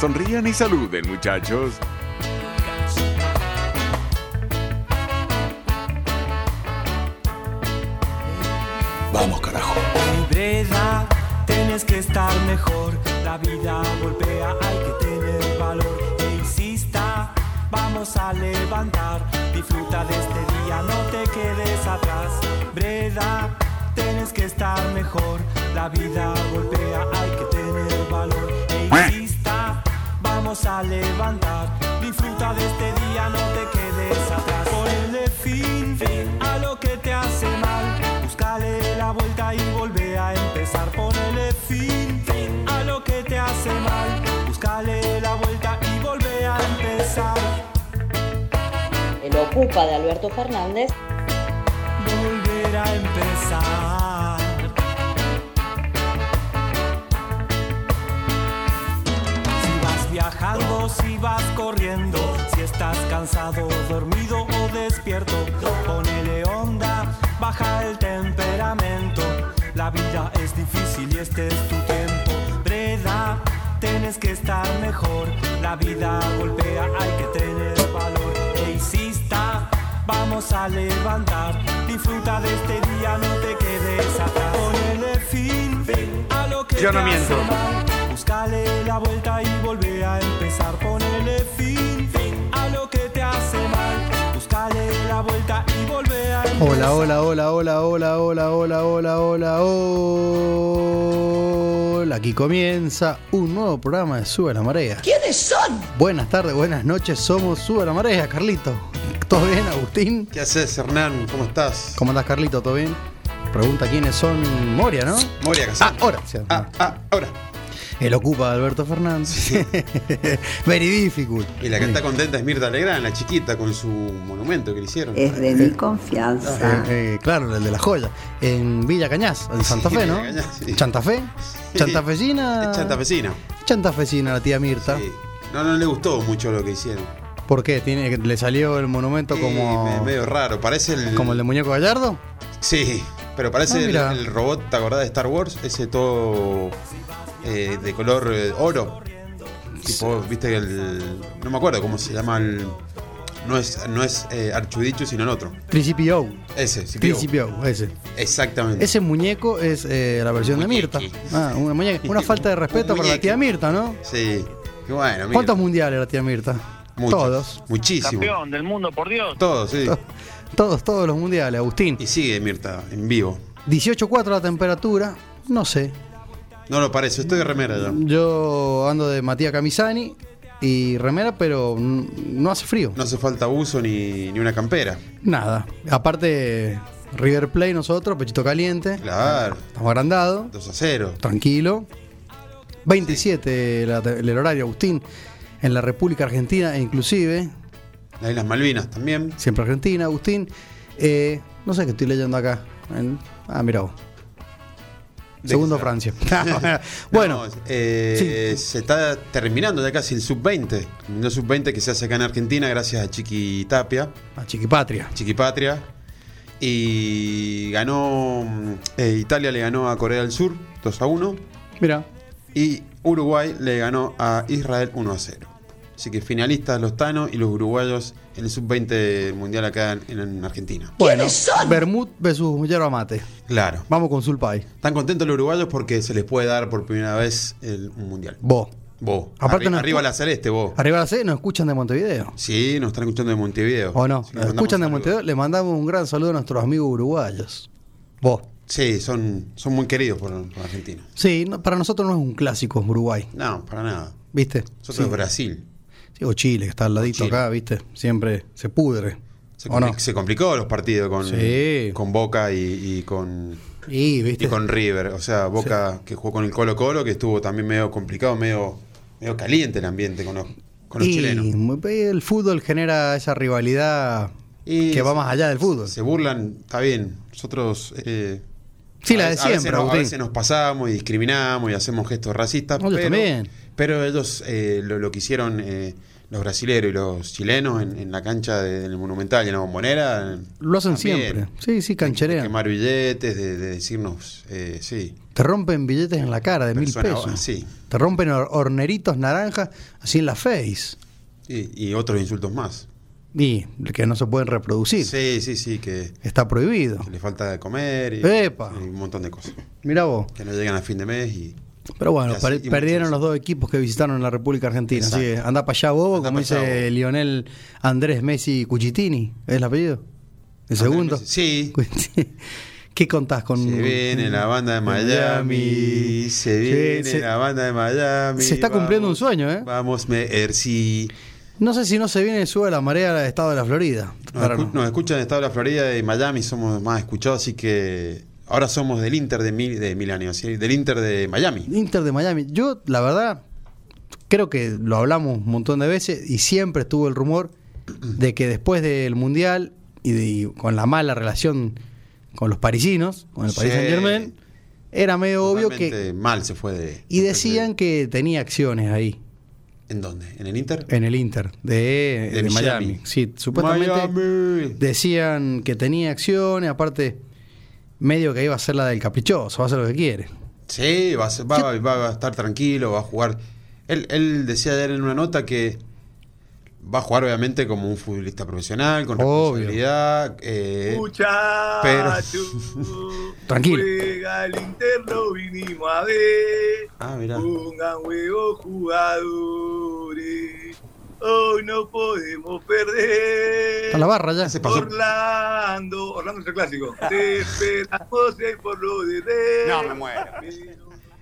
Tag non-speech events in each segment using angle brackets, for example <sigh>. Sonrían y saluden, muchachos. Vamos, carajo. Breda, tienes que estar mejor. La vida golpea, hay que tener valor. E insista, vamos a levantar. Disfruta de este día, no te quedes atrás. Breda, tienes que estar mejor. La vida golpea, hay que tener valor. E insista, vamos a levantar. Disfruta de este día, no te quedes atrás. Ponle fin, fin a lo que te hace mal. Búscale la vuelta y volvé a empezar. Ponele fin, fin a lo que te hace mal. Búscale la vuelta y volvé a empezar. El eh, Ocupa de Alberto Fernández Volver a empezar. Si vas viajando, si vas corriendo, si estás cansado, dormido o despierto, ponele onda, baja el temperamento. La vida es difícil y este es tu tiempo. Breda, tienes que estar mejor. La vida golpea, hay que tener valor. E insista, vamos a levantar. Disfruta de este día, no te quedes atrás. Ponele fin, a lo que Yo no te hace miento. mal. Búscale la vuelta y volvé a empezar. Ponele fin, a lo que te hace mal. Búscale la vuelta y volvé a empezar. Hola, hola, hola, hola, hola, hola, hola, hola, hola, hola. Aquí comienza un nuevo programa de Sube la Marea. ¿Quiénes son? Buenas tardes, buenas noches, somos Sube la Marea, Carlito. ¿Todo bien, Agustín? ¿Qué haces, Hernán? ¿Cómo estás? ¿Cómo andás, Carlito? ¿Todo bien? Pregunta quiénes son Moria, ¿no? Moria Casán. Ah, ahora. sí, Ah, ah, ahora. El ocupa de Alberto Fernández. <laughs> Very difficult. Y la que está contenta es Mirta Legrán, la chiquita, con su monumento que le hicieron. Es de mi Eh, confianza. eh, claro, el de la joya. En Villa Cañas, en Santa Sí, Fe, Villa ¿no? Cañas, sí. Santa Fe. Sí. Chantafellina. Es chantafesina. Chantafesina la tía Mirta. Sí. No, no le gustó mucho lo que hicieron. ¿Por qué? ¿Tiene, ¿Le salió el monumento Sí, me- como, medio raro. Parece el. como el de Muñeco Gallardo? Sí, pero parece Ah, el, mira. el robot, ¿te acordás de Star Wars? Ese todo eh, de color eh, oro. Tipo, viste el. No me acuerdo cómo se llama el. No es, no es eh, Archudichu, sino el otro. Principio. Ese, sí. Principio, ese. Exactamente. Ese muñeco es eh, la versión de Mirta. Muñequi. Ah, una, muñeca. una falta de respeto Un para la muñequi. tía Mirta, ¿no? Sí. Y bueno, mira. ¿Cuántos mundiales la tía Mirta? Muchos. Todos. Muchísimos. Campeón del mundo, por Dios. Todos, sí. Todos, todos los mundiales, Agustín. Y sigue Mirta, en vivo. 18.4 la temperatura, no sé. No lo parece, estoy de remera ya. Yo ando de Matías Camisani y remera, pero n- no hace frío. No hace falta uso ni, ni una campera. Nada. Aparte, River Play nosotros, pechito caliente. Claro. Estamos agrandados, 2 a 0. tranquilo. 27 la te- el horario, Agustín. En la República Argentina, e inclusive, Las Islas Malvinas también. siempre Argentina, Agustín. Eh, no sé qué estoy leyendo acá. En- ah, mira vos. ¿De Segundo qué <laughs> Francia. <laughs> bueno, Bueno, eh, se está terminando ya casi el sub-20. El sub-20 que se hace acá en Argentina gracias a Chiqui Tapia, a Chiquipatria. Chiqui Patria. Y ganó, mm, eh, Italia le ganó a Corea del Sur 2 a 1 Mira, y Uruguay le ganó a Israel 1 a 0. Así que finalistas los Tano y los uruguayos en el sub-20 mundial acá en, en Argentina. bueno, Bermud versus yerba mate. Claro. Vamos con Zulpay. Están contentos los uruguayos porque se les puede dar por primera vez el, un mundial. Vos. Vos. Aparte Arri- no- arriba la celeste, vos. Arriba la C, nos escuchan de Montevideo. Sí, nos están escuchando de Montevideo. ¿O no? Sí, Nos mandamos escuchan de saludos. Montevideo. Le mandamos un gran saludo a nuestros amigos uruguayos. Vos. Sí, son, son muy queridos por, por Argentina. Sí, no- para nosotros no es un clásico Uruguay, No, para nada. ¿viste? Nosotros Sí. es Brasil. Sí, o Chile, que está al ladito Chile. acá, ¿viste? Siempre se pudre. Se, ¿O no? compli- se complicó los partidos con, Sí. con Boca y, y con, Y, y ¿viste? con River. O sea, Boca que jugó con el Colo Colo, que estuvo también medio complicado, medio, medio caliente el ambiente con los, con los Y chilenos. muy- el fútbol genera esa rivalidad Y que va se- más allá del fútbol. Se burlan, está bien. Nosotros eh, Sí, la A- de a veces siempre, no- a Agustín. veces nos pasamos y discriminamos y hacemos gestos racistas. Nosotros pero, también. pero ellos eh, lo, lo que hicieron eh, los brasileros y los chilenos en, en la cancha de- del Monumental y en la Bombonera. Lo hacen también. siempre. Sí, sí, De cancherean. quemar billetes, de, de decirnos, eh, sí. Te rompen billetes en la cara de mil Persona- pesos. sí. Te rompen hor- horneritos naranjas así en la face. Y, y otros insultos más. Y que no se pueden reproducir. Sí, sí, sí, que, Está prohibido. que le falta de comer y, Epa. y un montón de cosas. Mirá vos. Que no llegan a fin de mes y. Pero bueno, Casi, per- y mucho perdieron más. los dos equipos que visitaron la República Argentina. Exacto. Así que anda para allá bobo, Andá como pa' allá, dice bobo. Lionel Andrés Messi Cuchitini. ¿Es el apellido? ¿El segundo? Messi, <laughs> sí. ¿Qué contás con.? Se viene la banda de Miami, se Sí, viene se- la banda de Miami. se está cumpliendo un sueño, ¿eh? Vamos, er, Merci. No sé si no se viene sube la marea del estado de la Florida. Nos, Ahora escu- no. nos escuchan en el estado de la Florida y Miami, somos más escuchados, así que ahora somos del Inter de, mil, de Milán, iba a decir, del Inter de Miami. Inter de Miami. Yo, la verdad, creo que lo hablamos un montón de veces y siempre estuvo el rumor de que después del Mundial y, de- y con la mala relación con los parisinos, con el Paris Sí. Saint Germain, era medio obvio que. Totalmente Mal se fue de. Y decían que tenía acciones ahí, ¿En dónde? ¿En el Inter? en el Inter de, De de Miami. Miami. Sí, supuestamente Miami. decían que tenía acciones, aparte, medio que iba a ser la del caprichoso, va a hacer lo que quiere. Sí, va a, ser- va- va- va a estar tranquilo, va a jugar. Él, él decía ayer en una nota que va a jugar obviamente como un futbolista profesional, con Obvio. responsabilidad. eh, pero... Tranquilo. Juega el interno, vinimos a ver. <laughs> Ah, mirá. Pongan huevo jugadores. Hoy no podemos perder. Está la barra ya. Se pasó. Orlando, Orlando es el clásico. Te esperamos el porro de rey. No, me muero.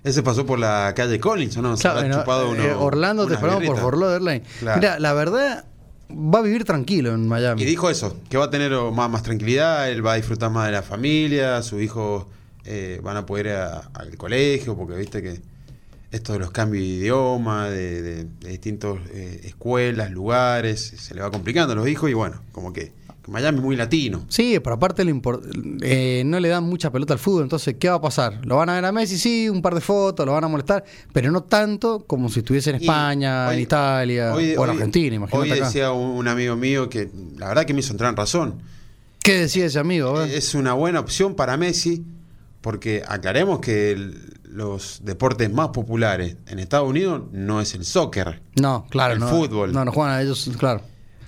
Ese pasó por la calle Collins, ¿o no? Se Claro, habrá en- chupado eh, uno- Orlando te unas esperamos por birritas. Fort Lauderdale. Claro. Mira, la verdad, va a vivir tranquilo en Miami. Y dijo eso, que va a tener oh, más, más tranquilidad, él va a disfrutar más de la familia, sus hijos eh, van a poder ir a- al colegio, porque viste que esto de los cambios de idioma, de, de- de distintos eh, escuelas, lugares, se le va complicando a los hijos y bueno, como que que Miami es muy latino. Sí, pero aparte lo impor- eh, no le dan mucha pelota al fútbol, entonces, ¿qué va a pasar? Lo van a ver a Messi, sí, un par de fotos, lo van a molestar, pero no tanto como si estuviese en Y España, en hoy- Italia, hoy- o en hoy- Argentina, imagínate Hoy acá. decía un, un amigo mío que la verdad que me hizo entrar en razón. ¿Qué decía ese amigo? A ver. Eh, Es una buena opción para Messi, porque aclaremos que el- los deportes más populares en Estados Unidos no es el soccer. no, claro, el no. fútbol. No, no juegan a ellos, claro.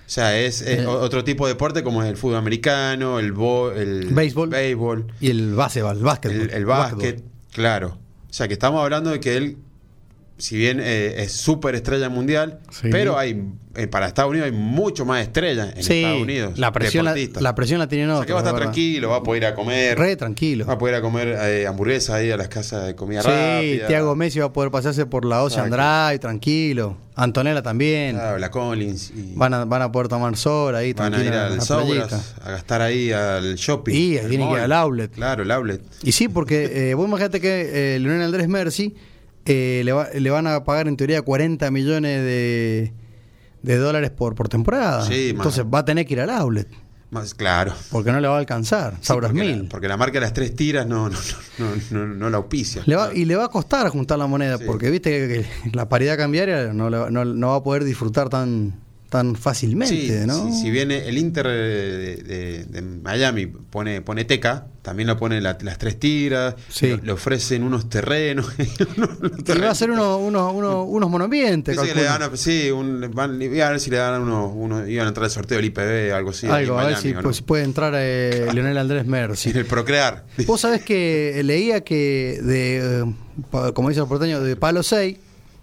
O sea, es, es Eh. o- otro tipo de deporte como es el fútbol americano, el, bo- el Béisbol. béisbol, Y el básquetbol, el básquet. el, el básquet, claro. O sea, que estamos hablando de que él, si bien eh, es súper estrella mundial, Sí. pero hay eh, para Estados Unidos hay mucho más estrellas en Sí, Estados Unidos. la presión la, deportistas. la presión la tienen O otros. sea, que va a estar la verdad. tranquilo, va a poder ir a comer. Re tranquilo. Va a poder ir a comer eh, hamburguesas ahí a las casas de comida Sí, rápida. Tiago Messi va a poder pasarse por la Ocean Exacto. Drive, tranquilo. Antonella también. Claro, la Collins. Y Van, a, van a poder tomar sol ahí, van a tranquilo. ir en al la playita. Sauras a gastar ahí al shopping. Y ahí al tienen que ir al mall. outlet. Claro, el outlet. Y sí, porque eh, vos imagínate que eh, Leonel Andrés Mercy eh, le, va- le van a pagar en teoría 40 millones de, de dólares por, por temporada. Sí, más. Entonces va a tener que ir al outlet, <laughs> Más claro. porque no le va a alcanzar. Sauras porque mil. La, porque la marca de las tres tiras no, no, no, no, no- no la auspicia. Le va- y le va a costar juntar la moneda, Sí. porque viste que, que la paridad cambiaria no, la- no- no va a poder disfrutar tan, tan fácilmente, Sí, ¿no? sí, si viene el Inter de, de- de Miami pone, pone teca, también lo pone la- las tres tiras, Sí. le, le ofrecen unos terrenos. <laughs> Y va a ser uno- uno- uno- unos monoambientes. Dice que le calculo. dan a- sí, un- van- iba a ver si le dan unos, unos- iban a entrar al sorteo del IPB o algo así. ahí en Algo, a ver Miami, si ¿o no? pues, puede entrar eh, Leonel Andrés Mercy. En <laughs> el procrear. <laughs> Vos sabés que eh, leía que, de, eh, pa- como dice el porteño, de Palo 6,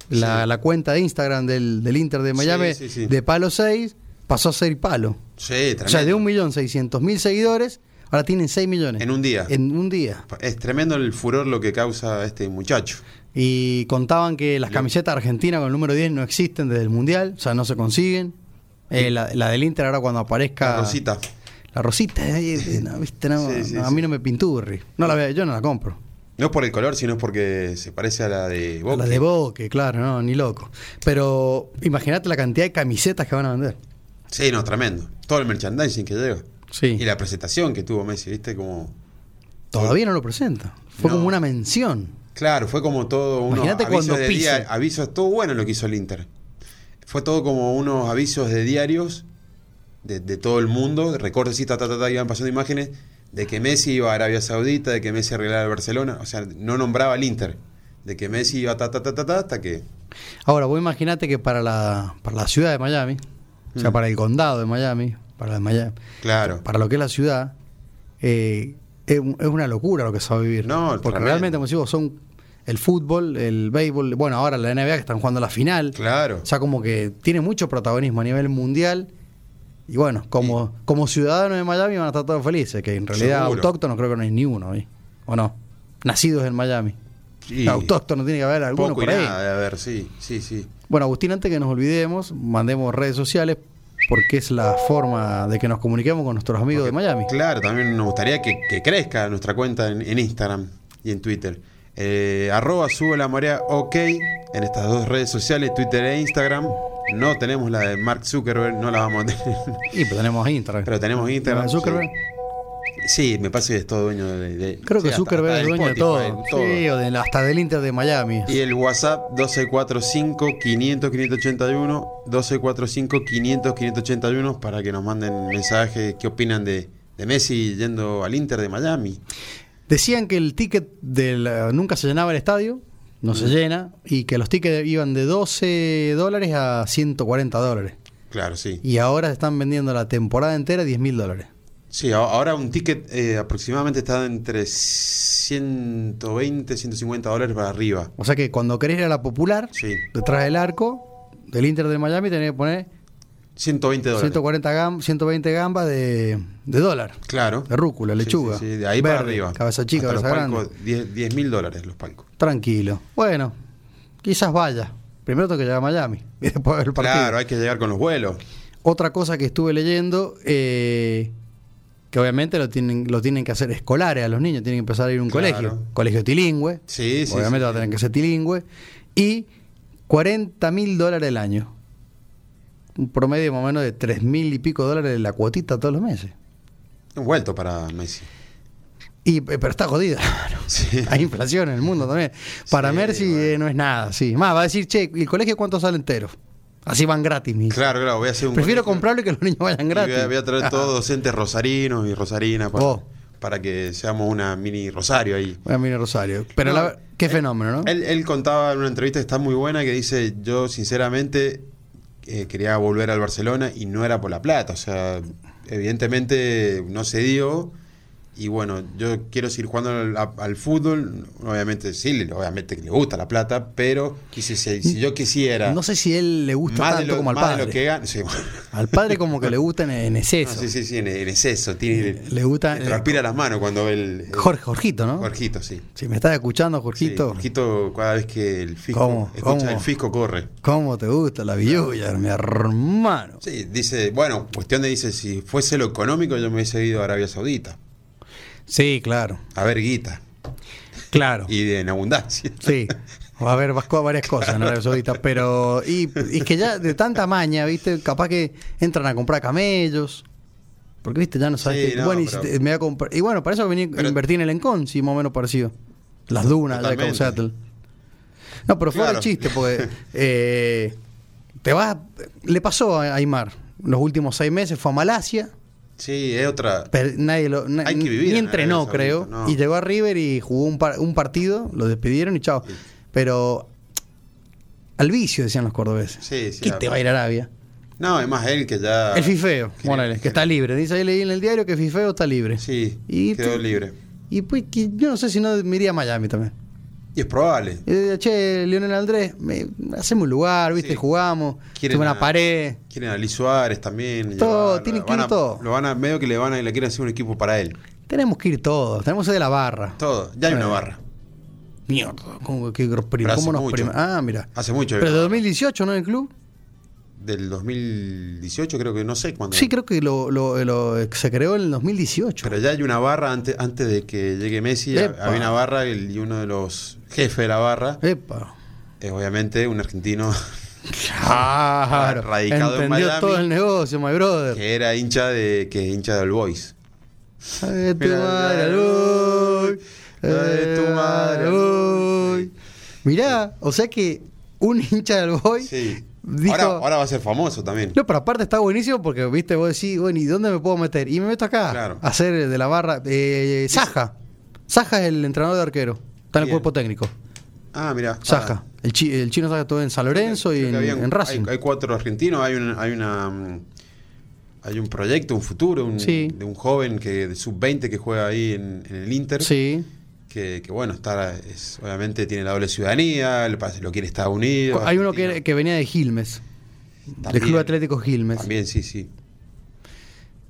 la, Sí. la cuenta de Instagram del, del Inter de Miami, Sí, sí, sí. de Palo 6, pasó a ser Palo. Sí, tremendo. O sea, de 1.600.000 seguidores, ahora tienen 6 millones. En un día. En un día. Es tremendo el furor lo que causa este muchacho. Y contaban que las camisetas argentinas con el número 10 no existen desde el Mundial, o sea, no se consiguen. Eh, la, la del Inter ahora cuando aparezca... La Rosita. La rosita, eh, eh, no, viste, no, Sí, sí, no, a sí. mí no me pinturri. No la veo, yo no la compro. No es por el color, sino es porque se parece a la de Boca. La de Boque, claro, no, ni loco. Pero imagínate la cantidad de camisetas que van a vender. Sí, no, tremendo. Todo el merchandising que llega. Sí. Y la presentación que tuvo Messi, ¿viste? Como Todavía no lo presenta. Fue No. como una mención. Claro, fue como todo unos Imagínate avisos cuando de pise. día- avisos, todo bueno lo que hizo el Inter. Fue todo como unos avisos de diarios de, de todo el mundo, de recortes y ta, ta, ta, ta, iban pasando imágenes de que Messi iba a Arabia Saudita, de que Messi arreglaba el Barcelona, o sea, no nombraba al Inter, de que Messi iba ta, ta, ta, ta, ta, hasta que... Ahora, vos imaginate que para la, para la ciudad de Miami, o sea, Mm. para el condado de Miami, para, la de Miami, Claro. para lo que es la ciudad, eh, es, un- es una locura lo que se va a vivir. No, Porque tremendo. realmente, como decimos, son el fútbol, el béisbol, bueno, ahora la NBA que están jugando la final. Claro. O sea, como que tiene mucho protagonismo a nivel mundial. Y bueno, como, como ciudadanos de Miami van a estar todos felices, que en realidad Seguro. autóctonos creo que no hay ni uno, ¿eh? ¿o no? Nacidos en Miami. Y Autóctonos tiene que haber alguno Poco y por ahí. nada, eh. a ver, sí, sí, sí. Bueno, Agustín, antes que nos olvidemos, mandemos redes sociales porque es la forma de que nos comuniquemos con nuestros amigos de Miami. Claro, también nos gustaría que, que crezca nuestra cuenta en, en Instagram y en Twitter. Eh, arroba sube la marea ok en estas dos redes sociales, Twitter e Instagram. No tenemos la de Mark Zuckerberg, no la vamos a tener. <laughs> Y pues tenemos Instagram. Pero tenemos Instagram. Zuckerberg. Sí, Sí, me parece que es todo dueño de. de- Creo sí, que hasta- Zuckerberg hasta es del dueño de todo. Spotify, Sí, o del- hasta del Inter de Miami. Y el WhatsApp 1245-500-581, 1245-500-581 para que nos manden mensajes qué opinan de, de Messi yendo al Inter de Miami. Decían que el ticket del, eh, nunca se llenaba el estadio, no Mm. se llena, y que los tickets iban de 12 dólares a 140 dólares. Claro, sí. Y ahora están vendiendo la temporada entera 10 mil dólares. Sí, a- ahora un ticket eh, aproximadamente está entre 120, 150 dólares para arriba. O sea que cuando querés ir a la popular, Sí, detrás del arco del Inter de Miami, tenés que poner 120 dólares. 140 gam- 120 gambas de, de dólar. Claro. De rúcula, Sí, lechuga. Sí, sí, de ahí para verde, arriba. Cabeza chica, Hasta cabeza los grande. palcos, 10 mil dólares los palcos. Tranquilo. Bueno, quizás vaya. Primero tengo que llegar a Miami <laughs> y después ver el partido. Claro, hay que llegar con los vuelos. Otra cosa que estuve leyendo, eh, que obviamente lo tienen, lo tienen que hacer escolares a los niños, tienen que empezar a ir a un Claro. colegio. Colegio tilingüe. Sí, sí, obviamente sí. va a tener que ser tilingüe. Y 40 mil dólares al año. Un promedio más o menos de 3 mil y pico dólares de la cuotita todos los meses. Un vuelto para Messi. Y, eh, pero está jodida. Sí. <laughs> Hay <laughs> inflación en el mundo también. Para Sí, Mercy bueno. eh, no es nada, sí. Más, va a decir, che, ¿y el colegio cuánto sale entero? Así van gratis, mi hijo. Claro, claro, voy a hacer un Prefiero colegio. comprarlo y que los niños vayan Y voy a- gratis. Voy <laughs> a traer todos docentes rosarinos y rosarinas para, Oh. para que seamos una mini Rosario ahí. Bueno, mire, Rosario. Pero No, la- qué fenómeno, ¿no? Él, él contaba en una entrevista que está muy buena que dice, yo sinceramente eh, quería volver al Barcelona y no era por la plata, o sea, evidentemente no se dio y bueno, yo quiero seguir jugando al, a- al fútbol, obviamente sí, le- obviamente que le gusta la plata, pero quise, si, si yo quisiera no sé si él le gusta más, de tanto lo, como al más de padre. lo que gana, sí, <laughs> bueno. Al padre como que le gusta en, en No, exceso. sí, sí, sí, en, en exceso, tiene, Le gusta- le transpira las manos cuando ve el... el- Jorge, Jorgito, ¿no? Jorgito, sí. Si me estás escuchando, Sí, Jorgito, Jorgito, cada vez que el fisco ¿Cómo? escucha ¿Cómo? el fisco corre. ¿cómo te gusta la billulla, mi hermano? Sí, dice, bueno, cuestión de dice, si fuese lo económico yo me hubiese ido a Arabia Saudita, Sí, claro, a ver guita, claro. y de- en abundancia. <laughs> Sí. Va a haber vasco varias cosas en Arabia Saudita, pero y, y es que ya de tanta maña, ¿viste? Capaz que entran a comprar camellos. Porque, ¿viste? Ya no sabes Sí, que- no, bueno, y, si pero- te- me voy a comprar- y bueno, para eso venir a Pero- invertir en el Encon, sí, más o menos parecido. Las dunas allá de Totalmente. Causatel. No, pero fuera de Claro. chiste, porque eh, te vas... Le pasó a Aymar. Los últimos seis meses fue a Malasia, Sí, es otra... pero nadie lo... na- Hay que vivir ni en entrenó, Arabia creo. Saudita, no. Y llegó a River y jugó un, par- un partido, lo despidieron y chao. Pero al vicio, decían los cordobeses. Sí, sí. ¿Quién te va a ir a Arabia? No, es más él que ya... El fifeo, que- ponele, que está libre. Dice ahí leí en el diario que fifeo está libre. Sí, Y- quedó libre. Y pues que yo no sé si no me iría a Miami también. Y es probable. Y diría, che, Leonel Andrés, me- hacemos un lugar, viste, Sí. jugamos, Quieren tuve una a- pared. Quieren a Luis Suárez también. Todo, llevarlo, tienen que van ir a- todo. Lo van a, medio que le van a, le quieren hacer un equipo para él. Tenemos que ir todos, tenemos que ser de la barra. Todo, ya hay una Eh, barra. Mierda, ¿cómo, qué gros- Pero hace cómo nos mucho. prima- Ah, mira. Hace mucho. Pero de 2018, ¿no? En el club. Del 2018 creo que, no sé cuándo. Sí, creo que lo, lo- lo- se creó en el 2018. Pero ya hay una barra antes, antes de que llegue Messi, Epa. había una barra el- y uno de los jefes de la barra Epa. es obviamente un argentino Claro. Ah, Radicado en Entendió Miami. todo el negocio, my brother. que era hincha de que es hincha del Boys. Ay, tu madre Eh, al hoy. Ay, tu madre al hoy. Mirá, o sea que un hincha del Boy Sí. dijo. Ahora, ahora va a ser famoso también. No, pero aparte está buenísimo porque, viste, vos decís, bueno, ¿y dónde me puedo meter? Y me meto acá, Claro. a hacer de la barra. Eh, Saja. Saja es el entrenador de arquero. Está en el Bien. cuerpo técnico. Ah, mira. Saja. El, chi- el chino Saja estuvo en San Lorenzo y en, en Racing. Hay, hay cuatro argentinos, hay un, hay una mm, hay un proyecto, un futuro, un- Sí. de un joven que de sub-20 que juega ahí en, en el Inter. sí. Que, que, bueno, está es- obviamente tiene la doble ciudadanía, lo, pasa- lo quiere Estados Unidos. Hay uno que, Argentina. que venía de Gilmes, del También. Club Atlético Gilmes. También, sí, sí.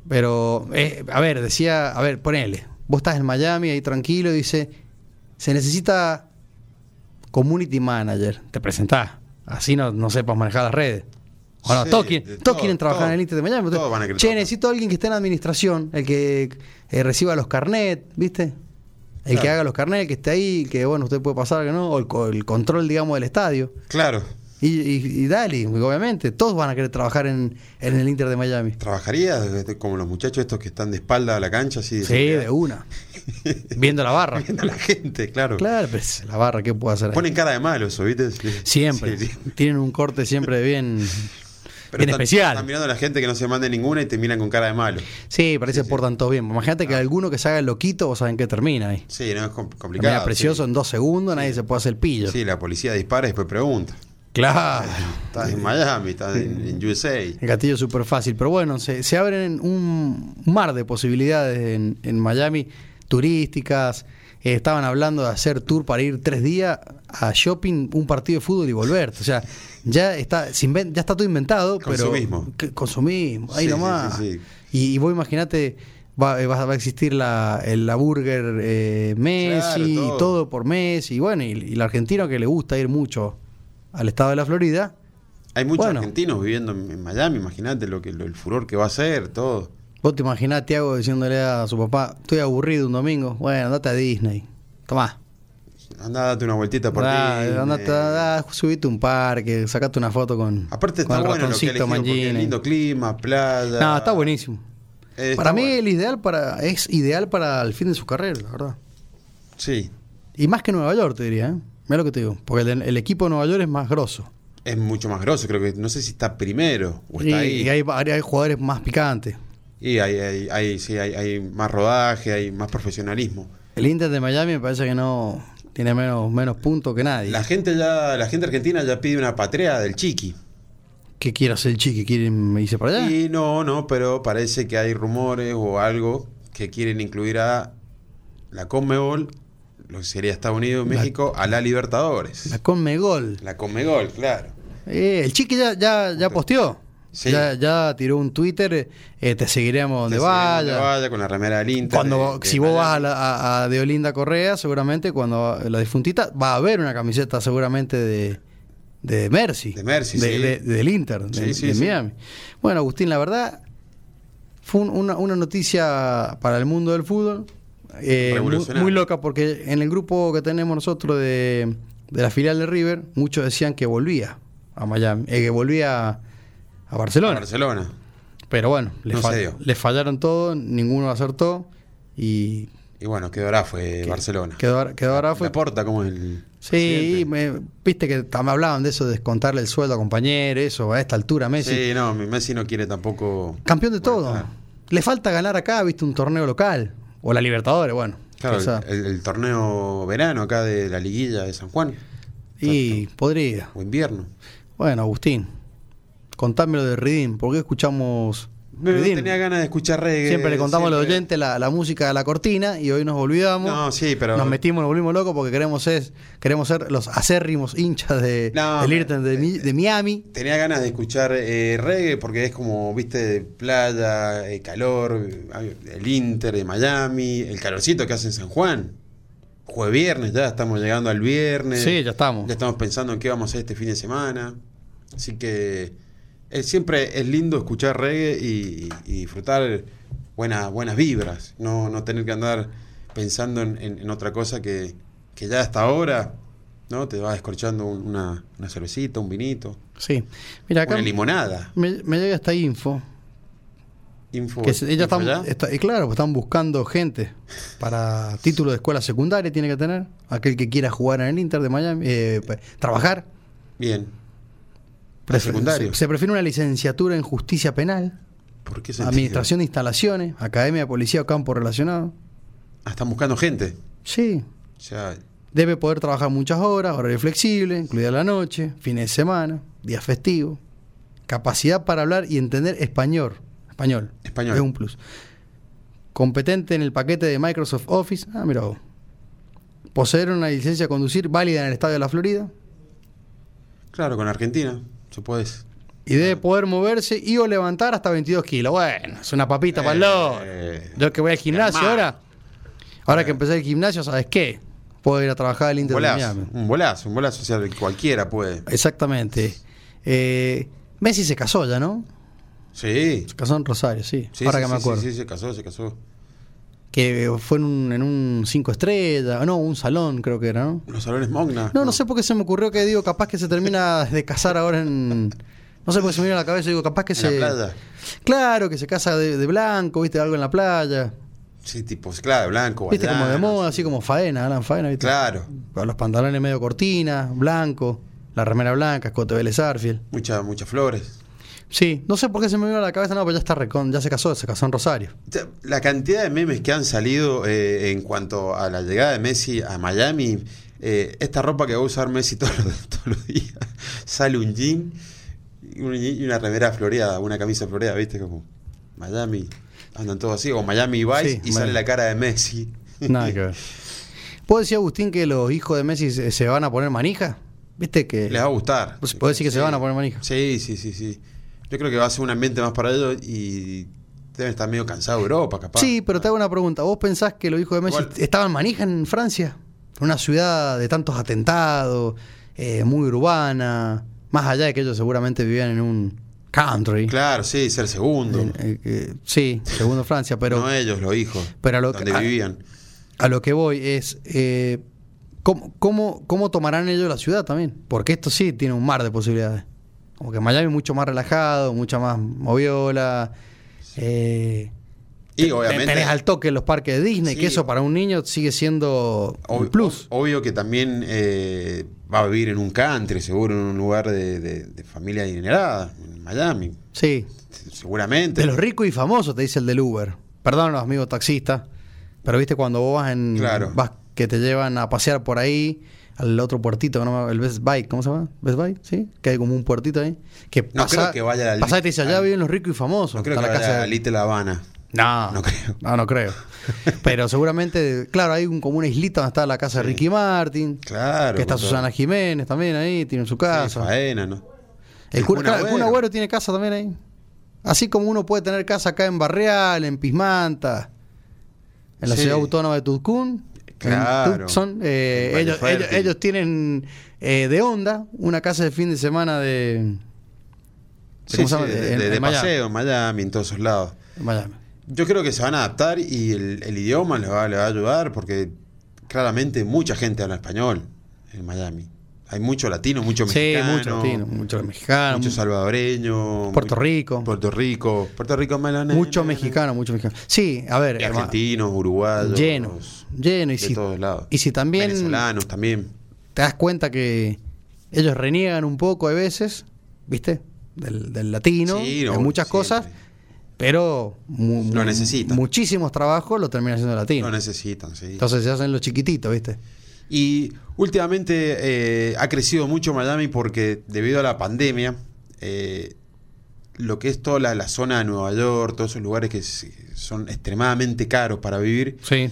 Pero, eh, a ver, decía, a ver, ponele. Vos estás en Miami ahí tranquilo y dice, se necesita community manager. Te presentás. Así no, no sepas manejar las redes. Bueno, Sí, todos, quieren, de todos todo, quieren trabajar todo. en el Inter de Miami. Todos van a querer che, trabajar. necesito a alguien que esté en administración, el que eh, reciba los carnet, ¿viste? El que Claro. haga los carnet, el que esté ahí, el que, bueno, usted puede pasar, que no, o el, co- el control, digamos, del estadio. Claro, Y, y- y dale, obviamente, todos van a querer trabajar en, en el Inter de Miami. trabajaría desde- como los muchachos estos que están de espalda a la cancha, así. Sí, de una. Viendo la barra. Viendo a la gente, claro. Claro, pero es la barra, ¿qué puedo hacer? ahí? Ponen cara de malo eso, ¿viste? siempre. Sí, sí. Tienen un corte siempre bien, Pero bien están- especial. Están mirando a la gente que no se mande ninguna y te miran con cara de malo. sí, parece que portan todos bien. Imagínate Ah. que alguno que se haga el loquito, vos saben que termina ahí. Sí, no, es com- complicado. Termina precioso sí. en dos segundos, nadie se puede hacer el pillo. Sí, la policía dispara y después pregunta. Claro. Estás en Miami, estás en, en USA. El gatillo es súper fácil. Pero bueno, se, se abren un mar de posibilidades en, en Miami, turísticas. Eh, estaban hablando de hacer tour para ir tres días a shopping, un partido de fútbol y volverte. O sea, ya está, se inven- ya está todo inventado. Consumismo. Pero, que- consumismo, ahí Sí, nomás. sí, sí, sí. Y, y vos imaginate, va, eh, va- va a existir la, el- la burger eh, Messi Claro, y todo. todo por Messi. Y bueno, y, y el argentino que le gusta ir mucho al estado de la Florida. Hay muchos Bueno. argentinos viviendo en, en Miami, imagínate lo que lo- el furor que va a ser, todo. Vos te imaginás a Tiago diciéndole a su papá, estoy aburrido un domingo, bueno, andate a Disney. Tomá. Andá, date una vueltita por Da, Disney. andate, da, subite a un parque, sacate una foto con, Aparte con está el bueno lo que ha elegido porque Mangini. lindo clima, playa. No, está buenísimo. Eh, está para mí bueno. el ideal para, es ideal para el fin de su carrera, la verdad. Sí, Y más que Nueva York, te diría, ¿eh? Mira lo que te digo, porque el, el equipo de Nueva York es más grosso. es mucho más grosso, creo que no sé si está primero o Y, está ahí. y hay, vari- hay jugadores más picantes. Y hay, hay, hay- sí, hay, hay más rodaje, hay más profesionalismo. El Inter de Miami me parece que no tiene menos, menos puntos que nadie. La gente ya, la gente argentina ya pide una patria del chiqui. ¿Qué quiere hacer el chique? ¿Quiere irse para allá? Y no, no, pero parece que hay rumores o algo que quieren incluir a la Conmebol, lo que sería Estados Unidos, México, a la Libertadores. La Conmebol. La Conmebol, claro. Eh, el chiqui ya, ya, ya posteó. Sí. Ya, ya tiró un Twitter, eh, te seguiremos donde Entonces, vaya. donde vaya, con la remera del Inter. Cuando, de- de si vos vas a, Miami. la- a- a Deolinda Correa, seguramente cuando la difuntita va a haber una camiseta seguramente de, de Mercy. De Mercy, de- sí. de- del Inter, de, Sí, sí, de sí. Miami. Bueno, Agustín, la verdad, fue un- una, una noticia para el mundo del fútbol eh, muy, Revolucionaria. muy loca porque en el grupo que tenemos nosotros de, de la filial de River, muchos decían que volvía a Miami, eh, que volvía a- a A Barcelona. Barcelona. Pero bueno, le, No fa- se dio. le fallaron todo, ninguno acertó y Y bueno, quedó ahora fue Barcelona. quedó, ar- quedó Arafo. La Porta como el. Sí, presidente. me- viste que tam- hablaban de eso, de descontarle el sueldo a compañero, eso, a esta altura Messi. Sí, no, Messi no quiere tampoco. Campeón de Bueno, todo. claro. Le falta ganar acá, viste, un torneo local. O la Libertadores, bueno. Claro, Esa- el, el torneo verano acá de la liguilla de San Juan, y podría. o invierno. Bueno, Agustín, contame lo de Ridín. ¿Por qué escuchamos Pero Ridín? tenía ganas de escuchar reggae. Siempre le contamos a los siempre. oyentes la, la música de la cortina y hoy nos olvidamos. No, sí, pero- Nos metimos, nos volvimos locos porque queremos, es, queremos ser los acérrimos hinchas de, No, eh, del Inter E de, Mi- de Miami. Tenía ganas de escuchar eh, reggae porque es como, viste, playa, eh, calor, eh, el Inter de Miami, el calorcito que hace en San Juan. Jueves viernes, ya estamos llegando al viernes. Sí, ya estamos. Ya estamos pensando en qué vamos a hacer este fin de semana. Así que eh, siempre es lindo escuchar reggae y, y disfrutar buenas, buenas vibras. No, no tener que andar pensando en, en- en otra cosa que, que ya hasta ahora ¿no? te vas escorchando un- una, una cervecita, un vinito, Sí. Mira, acá una limonada. me, me llega esta info Info. Que se- ellos info están, ya. está- y claro, pues están buscando gente para título de escuela secundaria, tiene que tener aquel que quiera jugar en el Inter de Miami, eh, pa- trabajar. Bien. Prefe- Ah, Secundario. Se, se prefiere una licenciatura en justicia penal, ¿Por qué sentido? administración de instalaciones, academia de policía o campo relacionado. Ah, están buscando gente. Sí, Ya. debe poder trabajar muchas horas, horario flexible, incluida la noche, fines de semana, días festivos. Capacidad para hablar y entender español. Español. Español. Es un plus. Competente en el paquete de Microsoft Office. Ah, mira vos. Poseer una licencia a conducir válida en el estado de la Florida. Claro, con Argentina. Se puede. Y debe poder moverse y o levantar hasta 22 kilos. Bueno, es una papita para el Eh. loro. Yo que voy al gimnasio Hermano. ahora. Ahora Eh. que empecé el gimnasio, ¿sabes qué? Puedo ir a trabajar al Un Inter de golazo. Miami. Un golazo, un golazo. O sea, cualquiera puede. Exactamente. Eh, Messi se casó ya, ¿no? Sí. Se casó en Rosario, sí. Sí, Ahora sí, que me sí, acuerdo. Sí, sí, se casó, se casó. Que fue en un, en un cinco estrellas, no, un salón creo que era, ¿no? Los salones Mogna. No, no sé por qué se me ocurrió que digo, capaz que se termina de casar ahora en... No sé por qué se me vino a la cabeza, digo, capaz que En se... la playa. Claro, que se casa de, de blanco, viste, algo en la playa. Sí, tipo, claro, blanco, Viste, como de guayano, moda, así como faena, Alan Faena, viste. Claro. Con los pantalones medio cortina, blanco, la remera blanca, escote Vélez Arfield. Mucha, muchas flores. Sí, no sé por qué se me vino a la cabeza, no, pero ya está recon, ya se casó, se casó en Rosario. Ya, La cantidad de memes que han salido eh, en cuanto a la llegada de Messi a Miami, eh, esta ropa que va a usar Messi <laughs> todos los, todos los días, sale un jean y un- y una remera floreada, una camisa floreada, ¿viste? Como Miami, andan todos así, o Miami Vice, Sí, y sale Miami. la cara de Messi. <laughs> Nada <laughs> que ver. ¿Puedo decir, Agustín, que los hijos de Messi se, se van a poner manija? ¿Viste que.? Les va a gustar. Pues, ¿podés decir que se van a poner manija? Sí, sí, sí, sí. Yo creo que va a ser un ambiente más para ellos y deben estar medio cansados de Europa, capaz. Sí, pero te hago una pregunta. ¿Vos pensás que los hijos de Messi Igual. estaban manija en Francia? Una ciudad de tantos atentados, eh, muy urbana, más allá de que ellos seguramente vivían en un country. Claro, sí, ser segundo. En- eh, eh, sí, segundo Francia, pero. no ellos, los hijos. pero a lo que- donde a- vivían. A lo que voy es, eh, ¿cómo, cómo, cómo tomarán ellos la ciudad también? Porque esto sí tiene un mar de posibilidades. Como que Miami es mucho más relajado, mucha más moviola. eh, Y te- obviamente. Tenés al toque los parques de Disney, Sí. que eso para un niño sigue siendo un ob- plus. ob- Obvio que también eh, va a vivir en un country, seguro, en un lugar de, de- de familia adinerada, en Miami, Sí. seguramente. De los ricos y famosos, te dice el del Uber. Perdón, los amigos taxistas. Pero viste, cuando vos vas en. Claro. Vas que te llevan a pasear por ahí, al otro puertito, ¿no? el Best Buy, ¿cómo se llama? ¿Best Buy? ¿Sí? Que hay como un puertito ahí. Que No pasá- creo que vaya al- pasá y te dice, allá al- viven los ricos y famosos. no creo que está la vaya casa a de- Little Habana. No, No creo. No, no <laughs> creo. Pero seguramente, claro, hay un, como una islita donde está la casa de Ricky Martin. Claro. Que está con todo. Susana Jiménez también ahí, tiene su Sí, casa. faena, ¿no? El El Kun, Kun claro, el Kun Agüero. Agüero tiene casa también ahí. Así como uno puede tener casa acá en Barreal, en Pismanta, en la Sí. ciudad autónoma de Tucumán. en Claro. Tucson, eh, En Valle ellos, Fértil. ellos- ellos tienen eh, de onda una casa de fin de semana de. de Sí, ¿cómo se sí, llama? de, En- de- de en Miami. paseo, en Miami, en todos esos lados. En Miami. Yo creo que se van a adaptar y el, el idioma les va, les va a ayudar porque claramente mucha gente habla español en Miami. Hay mucho latino, mucho Sí, mexicano. muchos latinos, muchos mexicanos, Mucho salvadoreño. Ah, mm. Puerto mu- Rico. Puerto Rico. Puerto Rico melonero. muchos mexicanos, muchos mexicanos. Sí, a ver, Y hermano, argentinos, uruguayos. lleno, lleno. Y de si, todos lados. y si también Venezolanos también. te das cuenta que ellos reniegan un poco a veces, ¿viste? Del, del latino, Sí, de no, muchas siempre. cosas, pero mu- Lo mu- necesitan. muchísimos trabajos lo terminan haciendo latino. Lo necesitan, sí. Entonces se hacen los chiquititos, ¿viste? Y últimamente eh, ha crecido mucho Miami porque debido a la pandemia, eh, lo que es toda la, la zona de Nueva York, todos esos lugares que s- son extremadamente caros para vivir, Sí.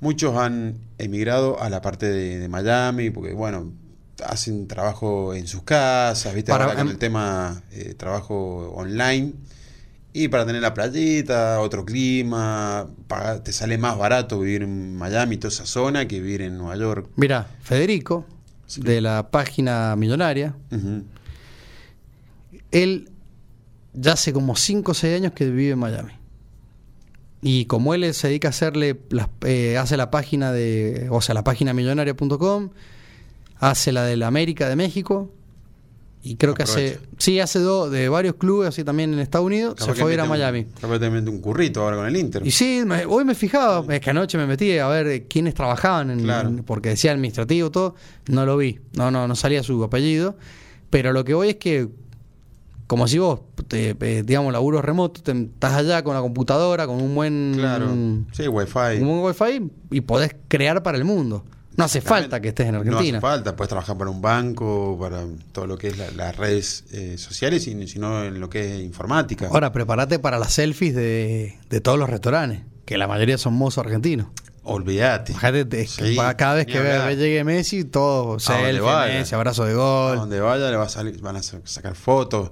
muchos han emigrado a la parte de, de Miami porque, bueno, hacen trabajo en sus casas, ¿viste? Para- Ahora con em- el tema eh, trabajo online. Y para tener la playita, otro clima, paga- te sale más barato vivir en Miami, toda esa zona, que vivir en Nueva York. Mira, Federico, de la página Millonaria, Ujú. él ya hace como 5 o 6 años que vive en Miami. Y como él se dedica a hacerle, las- eh, hace la página de, o sea, la página millonaria.com, hace la de la América de México, Y creo que hace. Aprovecha. Sí, hace dos, de varios clubes, así también en Estados Unidos, Capaz se que fue a ir a mete un- Miami. Capaz que te mete un currito ahora con el Inter. Y sí, me- hoy me fijaba, es que anoche me metí a ver eh, quiénes trabajaban, en, Claro. en- porque decía administrativo todo, no lo vi, no, no, no salía su apellido, pero lo que voy es que, como si vos, te, eh, digamos, laburos remotos, te- estás allá con la computadora, con un buen, Claro. un Sí, wifi. buen wifi y podés crear para el mundo. No hace falta que estés en No Argentina. hace falta, puedes trabajar para un banco, para todo lo que es la- las redes eh, sociales, y sino en lo que es informática. Ahora, prepárate para las selfies de, de todos los restaurantes, que la mayoría son mozos argentinos. Olvídate. Fíjate, te- Sí, pa- cada vez ni que ve- hablar. Ah, llegue Messi, todo selfie, vaya. Messi, abrazo de A gol. donde vaya le va a salir- van a sa- sacar fotos.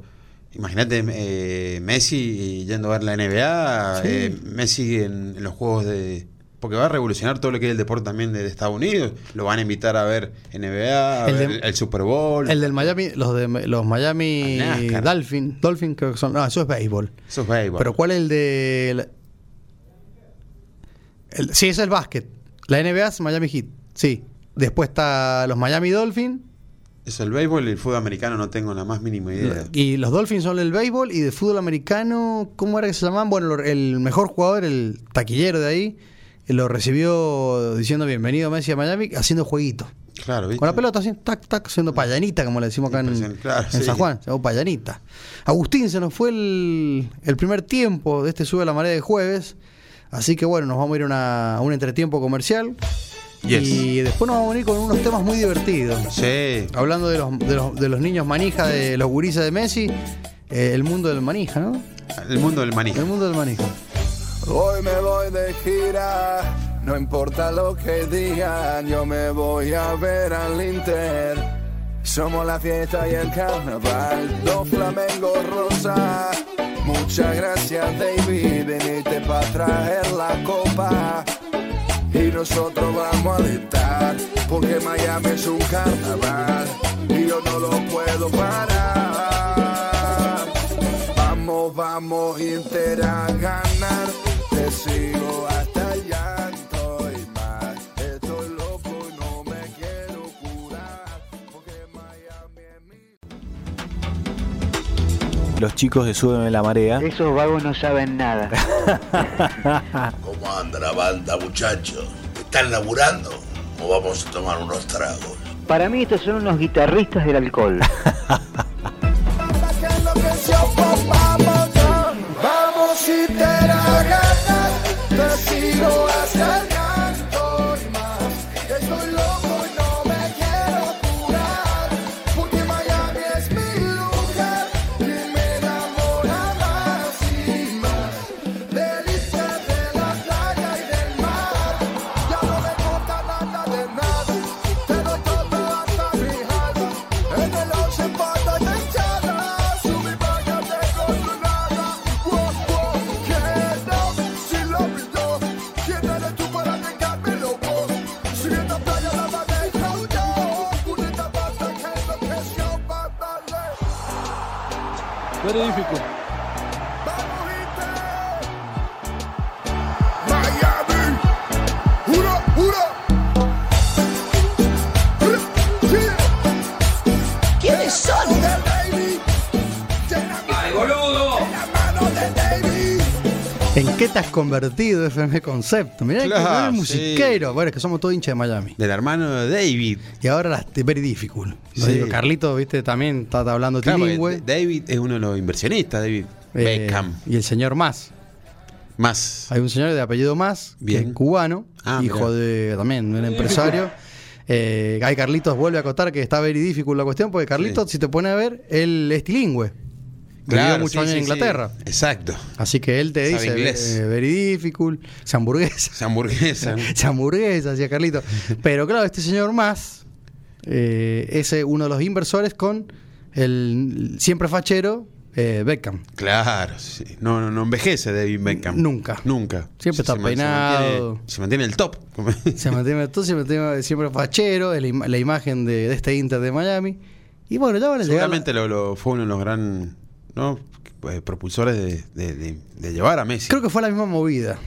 Imagínate eh, Messi yendo a ver la NBA, Sí. eh, Messi en, en los juegos de... Porque va a revolucionar todo lo que es el deporte también de Estados Unidos. Lo van a invitar a ver NBA, a El ver de- el, el Super Bowl. El del Miami, los de los Miami Al NASCAR. Dolphin, Dolphin creo que son. No, eso es béisbol. Eso es béisbol. Pero ¿cuál es el de la- el- Sí, ese es el básquet. La NBA es Miami Heat. Sí. Después está los Miami Dolphins Eso, el béisbol y el fútbol americano no tengo la más mínima idea. y los Dolphins son el béisbol y de fútbol americano, ¿cómo era que se llamaban? Bueno, lo- el mejor jugador, el taquillero de ahí, lo recibió diciendo bienvenido Messi a Miami haciendo jueguitos. Claro, ¿viste? Con la pelota así, tac, tac, siendo payanita, como le decimos acá en, Impresionante, claro, en sí. San Juan, se llamó payanita. Agustín se nos fue el, el primer tiempo de este Sube la Marea de jueves, así que bueno, nos vamos a ir a una- a un entretiempo comercial Yes. y después nos vamos a venir con unos temas muy divertidos. Sí. Hablando de los, de los, de los niños manija, de los gurises de Messi, eh, el mundo del manija, ¿no? El mundo del maní. El mundo del manija. Hoy me voy de gira, no importa lo que digan, yo me voy a ver al Inter. Somos la fiesta y el carnaval, dos flamengos rosa. Muchas gracias David, viniste para traer la copa. Y nosotros vamos a dictar, porque Miami es un carnaval y yo no lo puedo parar. Vamos, vamos, Inter a ganar. Te sigo hasta el llanto y más. Estoy loco y no me quiero curar. Porque Miami es mi Los chicos de Súbeme la Marea. Esos vagos no saben nada. ¿Cómo anda la banda, muchachos? ¿Están laburando? ¿O vamos a tomar unos tragos? Para mí estos son unos guitarristas del alcohol. Hasta que enloqueció con Vamos Don. Vamos Inter a ganar. Te sigo hasta el llanto y más. Estoy loco y no me quiero curar. Porque Miami es mi lugar. Y me enamora más y más. Delicia de la playa y del mar. Ya no me importa nada de nada. Te doy todo hasta mi alma. En el once patas de hinchada. Subí vaya de coronada. Wow, wow, que no, si lo pido. ¿Quién eres tú para negarme, loco? Si en la playa la manejo yo. Bonita banda que enloqueció para darle. Vamos, Inter. Miami. Uno, uno. ¿Quiénes son? ¡Ay, boludo! ¿En qué te has convertido, FM <laughs> Concepto? Mirá Claro, que sí. musiquero. Bueno, es que somos todos hinchas de Miami. Del hermano de David. Y ahora las very difficult. Lo Sí. digo, Carlito, viste, también está, está hablando Claro, trilingüe. porque David es uno de los inversionistas, David Eh, Beckham. Y el señor Más. Más. Hay un señor de apellido Más, que Bien. es cubano, Ah, hijo mirá. de también de un <laughs> empresario. Eh, ahí Carlitos vuelve a contar que está very difficult la cuestión, porque Carlitos, si te pone a ver, él es trilingüe. Vivió muchos sí, años sí, en sí. Inglaterra. Exacto. Así que él te Sabe dice, inglés. eh, very difficult, se hamburguesa. Esa <laughs> hamburguesa. se hamburguesa, hacía Carlito. Pero claro, este señor más eh, es eh, uno de los inversores con el siempre fachero eh, Beckham. claro, sí. No, no, no envejece David Beckham. Nunca. Nunca. Siempre está ma- peinado. mantiene- Se mantiene, el top. como- Se <laughs> mantiene todo, se mantiene siempre fachero, es la, ima- la imagen de, de este Inter de Miami. Y bueno, ya van a llegar. Seguramente lo, lo- fue uno de los gran ¿no? Eh, propulsores de, de- de- de llevar a Messi. Creo que fue la misma movida.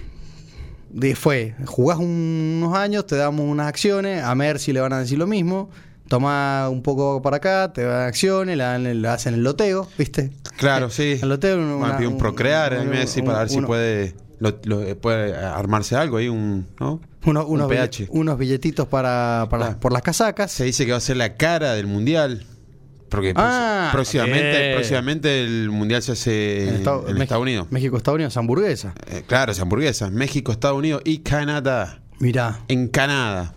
De, fue, jugás un- unos años, te damos unas acciones, a Mercy le van a decir lo mismo, Tomá un poco para acá, te dan acciones, le, dan- le hacen el loteo, ¿viste? Claro, sí. Eh, El loteo una- Bueno, pide un procrear, a mí me decís para ver si uno- puede, lo- lo- eh, puede armarse algo ahí, un, ¿no? uno- un unos, bille- pH. unos billetitos para, para- por las casacas. Se dice que va a ser la cara del mundial. Porque pues, Ah, próximamente, bien. próximamente el mundial se hace en, Estados- en Mex- Estados Unidos. México, Estados Unidos, hamburguesa. Eh, claro, es hamburguesas. México, Estados Unidos y Canadá. Mirá. En Canadá.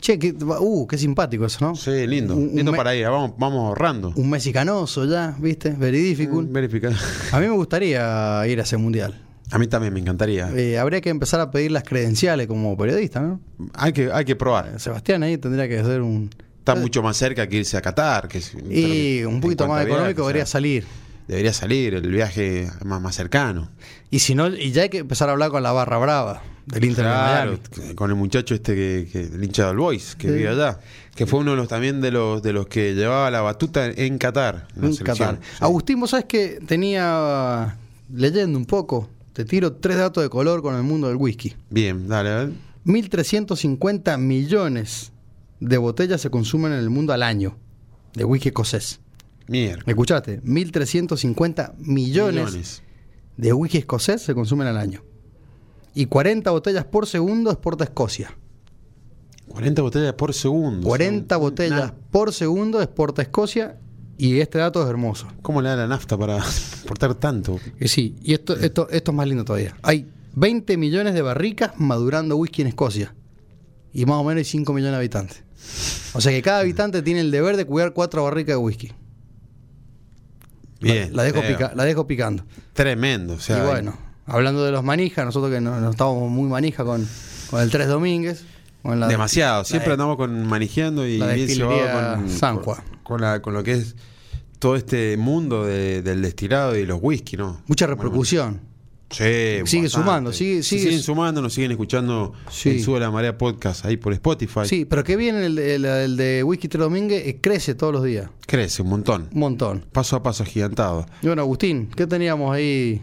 Che, qué, uh, qué simpático eso, ¿no? Sí, lindo. Un- un lindo me- para ir. Vamos, vamos ahorrando. Un mexicanoso ya, ¿viste? Very difficult. Verificar. A mí me gustaría ir a ese mundial. A mí también me encantaría. Eh, habría que empezar a pedir las credenciales como periodista, ¿no? Hay que, hay que probar. Sebastián ahí tendría que hacer un. Está mucho más cerca que irse a Qatar. Que es- eh, Y un poquito en cuanto más a viaje, económico o sea, debería salir. Debería salir el viaje más, más cercano. Y si no, y ya hay que empezar a hablar con la barra brava del Inter de Claro, Miami. con el muchacho este que, que el hincha del Boys, que Sí. vive allá, que fue uno de los también de los de los que llevaba la batuta en Qatar, en la En selección. Qatar. Agustín, vos sabés que tenía. leyendo un poco, te tiro tres datos de color con el mundo del whisky. Bien, dale, a ver. 1.350 millones de botellas se consumen en el mundo al año de whisky escocés. Mierda. ¿Me escuchaste? 1.350 millones, Millones. de whisky escocés se consumen al año. Y 40 botellas por segundo exporta Escocia. 40 botellas por segundo. 40 O sea, botellas na- por segundo exporta Escocia. Y este dato es hermoso. ¿Cómo le da la nafta para <laughs> portar tanto? Y sí, y esto, esto, esto es más lindo todavía. Hay 20 millones de barricas madurando whisky en Escocia. Y más o menos hay 5 millones de habitantes. O sea que cada habitante tiene el deber de cuidar cuatro barricas de whisky. Bien. La dejo, eh, pica- la dejo picando. Tremendo, o sea, y bueno, hablando de los manijas, nosotros que no- nos estábamos muy manija con, con el Tres Domínguez. Con la- demasiado. la- Siempre andamos con manijeando y la bien destilería llevado con, San con, Juan. con la- con lo que es todo este mundo de- del destilado y los whisky, ¿no? Mucha Bueno, repercusión. Sí, Sigue bastante. sumando, sigue- Sí, sigue- siguen sumando, nos siguen escuchando Sí. en Sube la Marea Podcast ahí por Spotify. Sí, pero que bien el, de- el- el de Whisky Tres Domínguez eh, crece todos los días. Crece un montón. Un montón. Paso a paso gigantado. Y bueno, Agustín, ¿qué teníamos ahí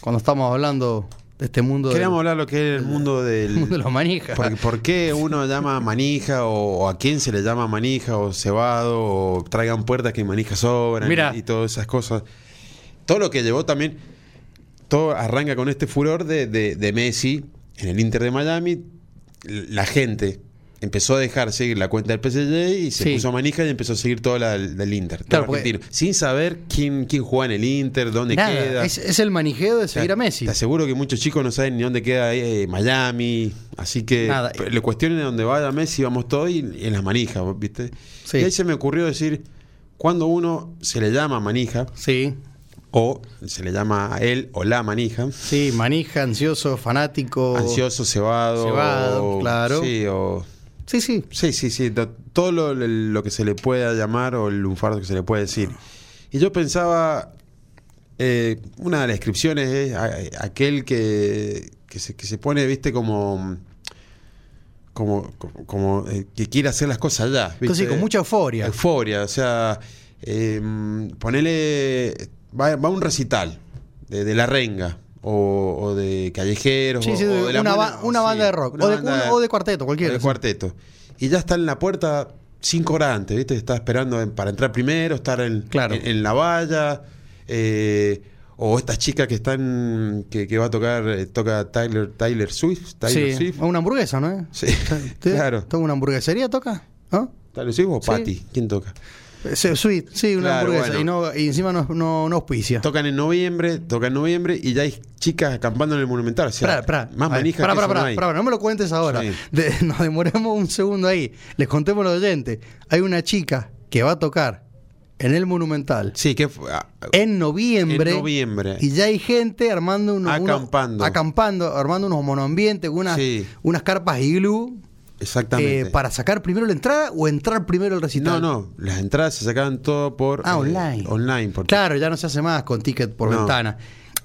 cuando estábamos hablando de este mundo? del- Queríamos hablar lo que es el mundo del. mundo de los manijas. <laughs> ¿Por, por qué uno llama manija o, o a quién se le llama manija o cebado o traigan puertas que manijas sobran Mira. y, y todas esas cosas? Todo lo que llevó también, todo arranca con este furor de, de- de Messi en el Inter de Miami. L- La gente empezó a dejar seguir la cuenta del PSG y se Sí. puso manija y empezó a seguir toda la del Inter, todo Claro, el porque- argentino, sin saber quién, quién juega en el Inter, dónde Nada, queda. es, es el manijeo de Te- seguir a Messi. Te aseguro que muchos chicos no saben ni dónde queda eh, Miami. Así que Nada. p- le cuestionen a dónde vaya Messi, vamos todos y, y en las manijas, ¿viste? Sí. Y ahí se me ocurrió decir, cuando uno se le llama manija, Sí, o se le llama a él o la manija, sí, manija, ansioso, fanático. ansioso, cebado. Cebado, o- claro. Sí, o- Sí, sí. Sí, sí, sí. to- Todo lo, lo que se le pueda llamar o el lunfardo que se le puede decir. Y yo pensaba, eh, una de las descripciones es a- aquel que, que, se, que se pone, viste, como... Como, como, como, eh, que quiere hacer las cosas ya. ¿viste? Entonces, con mucha euforia. Euforia, o sea, eh, ponele, va, va a un recital de, de la renga. O, o de callejeros Sí, sí, o, o de la una, Mona- ba- una sí, banda de rock. una O de, banda- un- o de cuarteto, cualquiera. el sí. cuarteto. Y ya está en la puerta cinco horas antes, ¿viste? Está esperando en- para entrar primero, estar en, Claro. en, en la valla. eh, o estas chicas que están. que, que va a tocar. eh, toca Tyler, Tyler Swift. Tyler Sí, Swift. una hamburguesa, ¿no? es? Sí, <laughs> ¿Sí? claro. ¿Toca una hamburguesería? ¿Toca? ¿No? ¿Tyler Swift o Sí. Patty? ¿Quién toca? Eh, sí, Sweet, sí, una Claro, hamburguesa. bueno. Y, no, y encima no, no, no auspicia. Tocan en noviembre, tocan en noviembre y ya hay chicas acampando en el Monumental. O sea, Pará, pará. más A ver, manijas pará, que pará, eso no pará, hay. pará, no me lo cuentes ahora. Sí. De- <laughs> nos demoremos un segundo ahí. Les contemos a los oyentes. Hay una chica que va a tocar en el Monumental Sí, que fu- ah, en noviembre. En noviembre. Y ya hay gente armando unos. Acampando. unos- acampando, armando unos monoambientes, unas, Sí. unas carpas iglú. eh, exactamente. para sacar primero la entrada o entrar primero el no, recital. no, las entradas se sacaban todo por Ah, eh, online. online por Claro, ya no se hace más con ticket por No. ventana.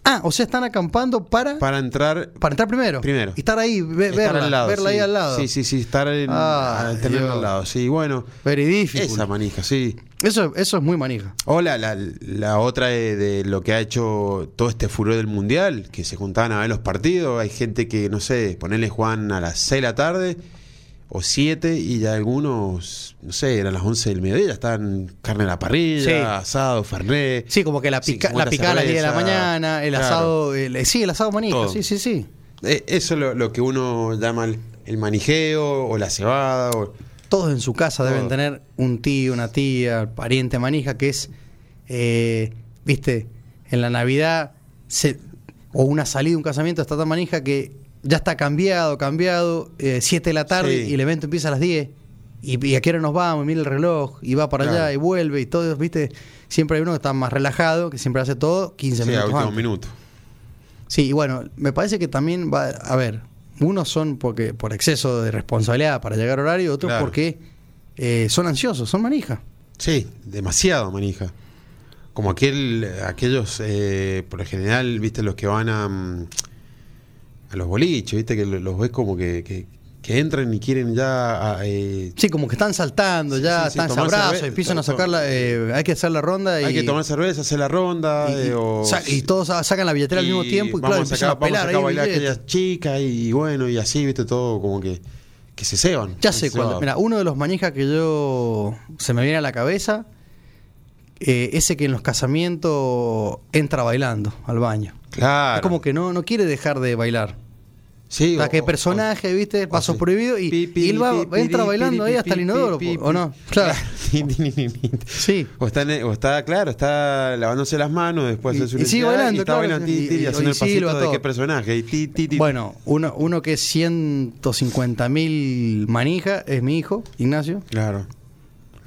Ah, o sea, están acampando para, para, para entrar entrar primero. Primero. Y estar ahí, ve- Estar Eh, verla, al lado, verla sí. ahí al lado. Sí, sí, sí, estar en, Ah, a- tenerla Dios. al lado. Sí, bueno. Very difficult. Esa manija, sí. Eso, eso es muy manija. O la, la- la otra de, de lo que ha hecho todo este furor del mundial, que se juntaban a ver los partidos. Hay gente que, no sé, ponerle Juan a las 6 de la tarde, o 7 y ya algunos, no sé, eran las 11 del mediodía, ya estaban carne a la parrilla, Sí. asado, fernet. Sí, como que la, pica- 50 la picada a las 10 de la cerveza, mañana, el claro. asado, el- sí, el asado manito, Todo. sí, sí, sí. Eh, Eso es lo, lo que uno llama el, el manijeo o la cebada. o- Todos en su casa deben Todo. tener un tío, una tía, pariente manija, que es, eh, viste, en la Navidad se- o una salida, un casamiento, está tan manija que ya está cambiado, cambiado, 7 de la tarde Sí. y el evento empieza a las 10. Y, y a qué hora nos vamos, mira el reloj, y va para allá Claro. y vuelve, y todos, viste, siempre hay uno que está más relajado, que siempre hace todo 15 Sí, a minutos. último antes. minuto. Sí, y bueno, me parece que también va a ver, unos son porque por exceso de responsabilidad para llegar a horario, otros Claro. porque eh, son ansiosos, son manija. Sí, demasiado manija. Como aquel, aquellos, eh, por lo general, viste, los que van a, mm, a los boliches, viste, que lo- los ves como que, que- que entran y quieren ya. a, eh, Sí, como que están saltando, Sí, ya sí, sí, están tomar sabrazos, cerve- empiezan a to- to- sacar la, eh, hay que hacer la ronda y, hay que tomar cerveza, hacer la ronda. y, eh, o- y sa- y todos sa- sacan la billetera al mismo tiempo y vamos claro, a empiezan sacar- a pelar ahí eh, Vamos a sacar a bailar billetes. aquellas chicas y, bueno, y así, viste, todo como que, que se ceban. Ya Se sé cuál. ceban. Mira, uno de los manijas que yo se me viene a la cabeza, eh, ese que en los casamientos entra bailando al baño. Claro. Es como que no, no quiere dejar de bailar. Sí, O sea, o- que o- personaje, viste, paso sí. prohibido y, Pi, pi, y él va, pi, pi, entra pi, bailando pi, ahí pi, hasta el pi, inodoro, pi, ¿o pi. no? Claro. Ni, ni, ni, ni. Sí. O está, en- o está, claro, está lavándose las manos después Y- de su y sigue necesidad, bailando, está claro, bailando, ti, y- y- ti, y haciendo y el pasito silba de todo. qué personaje. y ti, ti, ti. Bueno, uno, uno que es 150 mil manija es mi hijo, Ignacio. Claro.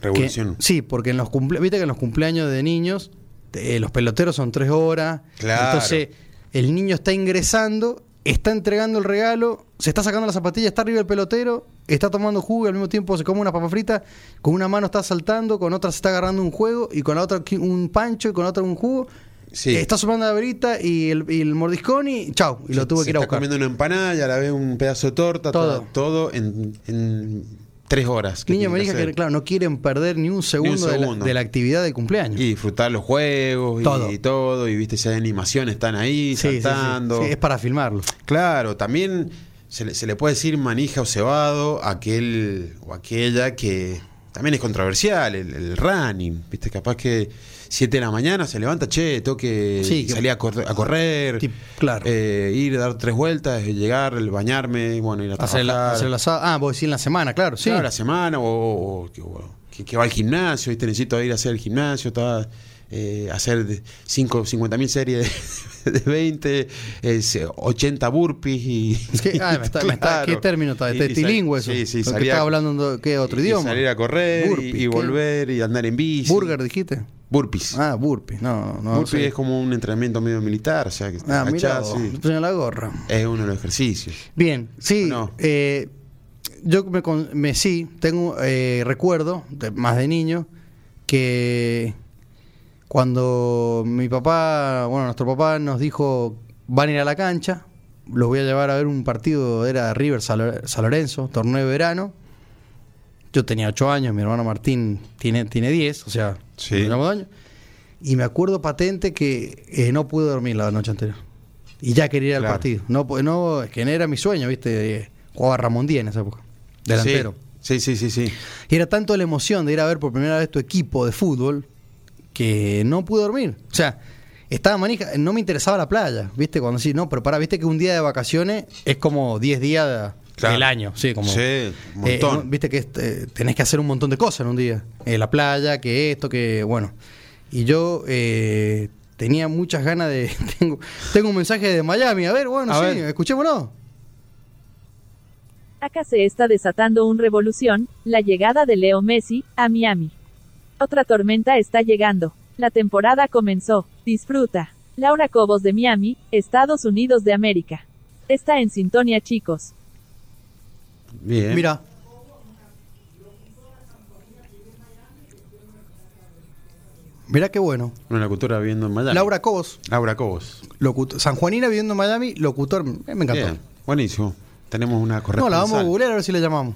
que- Revolución. sí, porque en los cumple, viste que en los cumpleaños de niños, eh, los peloteros son tres horas. Claro. Entonces, el niño está ingresando, está entregando el regalo, se está sacando la zapatilla, está arriba el pelotero, está tomando jugo y al mismo tiempo se come una papa frita, con una mano está saltando, con otra se está agarrando un juego, y con la otra qui- un pancho, y con la otra un jugo. Sí. Está sumando la verita y el, y el mordiscón y chau, y lo Se- tuve se que ir a Está buscar. comiendo una empanada y a la vez un pedazo de torta. Todo. Todo. Todo en, en tres horas. que Niños tiene me que, hacer. claro, no quieren perder ni un segundo, De, la, segundo. de la actividad de cumpleaños. Y disfrutar los juegos y- Todo. y todo. Y viste, si hay animaciones, están ahí Sí, sí, sí. saltando. Sí, es para filmarlo. Claro, también se le, se le puede decir manija o cebado a aquel o aquella que también es controversial, el, el running. Viste, capaz que 7 de la mañana se levanta, che, tengo que Sí, que- salir a, corre- a correr, Tip- claro. eh, ir, dar tres vueltas, llegar, bañarme, bueno, ir a Hacer, la, trabajar. hacer el asado. Ah, vos decís en la semana, claro. Sí. Claro, la semana, o, o- o que, o- que- que va al gimnasio, ¿viste? necesito ir a hacer el gimnasio, está, eh, hacer de cinco- 50.000 series de, <laughs> de 20, es, eh, 80 burpees y... Es que- ah, me está- me está- Claro. ¿Qué término está? Y- Este, y sal- tilingüe eso. Sí, sí, Porque salir a- estaba hablando, ¿qué? Otro y- y idioma. salir a correr y- Burpee, y, ¿qué? volver y andar en bici. Burger, dijiste. Burpees. Ah, burpee. No, no. burpees sí. es como un entrenamiento medio militar, o sea, que Ah, mira, agachás, vos, sí. señor la gorra. es uno de los ejercicios. Bien, sí. No. eh, yo me, con- me- sí, tengo eh, recuerdo, de- más de niño, que cuando mi papá, bueno, nuestro papá nos dijo, van a ir a la cancha, los voy a llevar a ver un partido, era River San Lo- San Lorenzo, torneo de verano. Yo tenía 8 años, mi hermano Martín tiene, tiene 10, o sea, Sí. nos llevamos dos años. Y me acuerdo patente que eh, no pude dormir la noche anterior. Y ya quería ir al Claro. partido. No, pues, no, es que no era mi sueño, ¿viste? Eh, Jugaba Ramón Díaz en esa época, delantero. Sí, sí, sí, sí. sí. Y era tanto la emoción de ir a ver por primera vez tu equipo de fútbol que no pude dormir. O sea, estaba manija, no me interesaba la playa, ¿viste? Cuando decís, no, pero pará, ¿viste que un día de vacaciones es como 10 días de- Claro. del año? Sí, como. Sí, un Eh, montón. no, Viste que este, tenés que hacer un montón de cosas en un día. Eh, la playa, que esto, que. Bueno. Y yo. eh, Tenía muchas ganas de. <laughs> Tengo, tengo un mensaje de Miami. A ver, bueno, A sí, ver. escuchémonos. Acá se está desatando un revolución, la llegada de Leo Messi a Miami. Otra tormenta está llegando. La temporada comenzó. Disfruta. Laura Cobos de Miami, Estados Unidos de América. Está en sintonía, chicos. Bien. Mira. Mira qué bueno. Una locutora viviendo en Miami. Laura Cobos, Laura Cobos. locutor, San Juanina viviendo en Miami, locutor. eh, me encantó. Bien, buenísimo. Tenemos una No, corresponsal. la vamos a googlear a ver si la llamamos.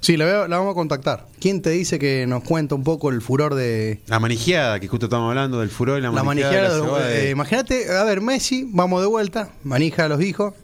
Sí, la, veo- la vamos a contactar. ¿Quién te dice que nos cuenta un poco el furor de La manijeada, que justo estamos hablando del furor y la, la manijada. manijera? la de los- cebada de- eh, Imagínate, a ver, Messi, vamos de vuelta, manija a los hijos.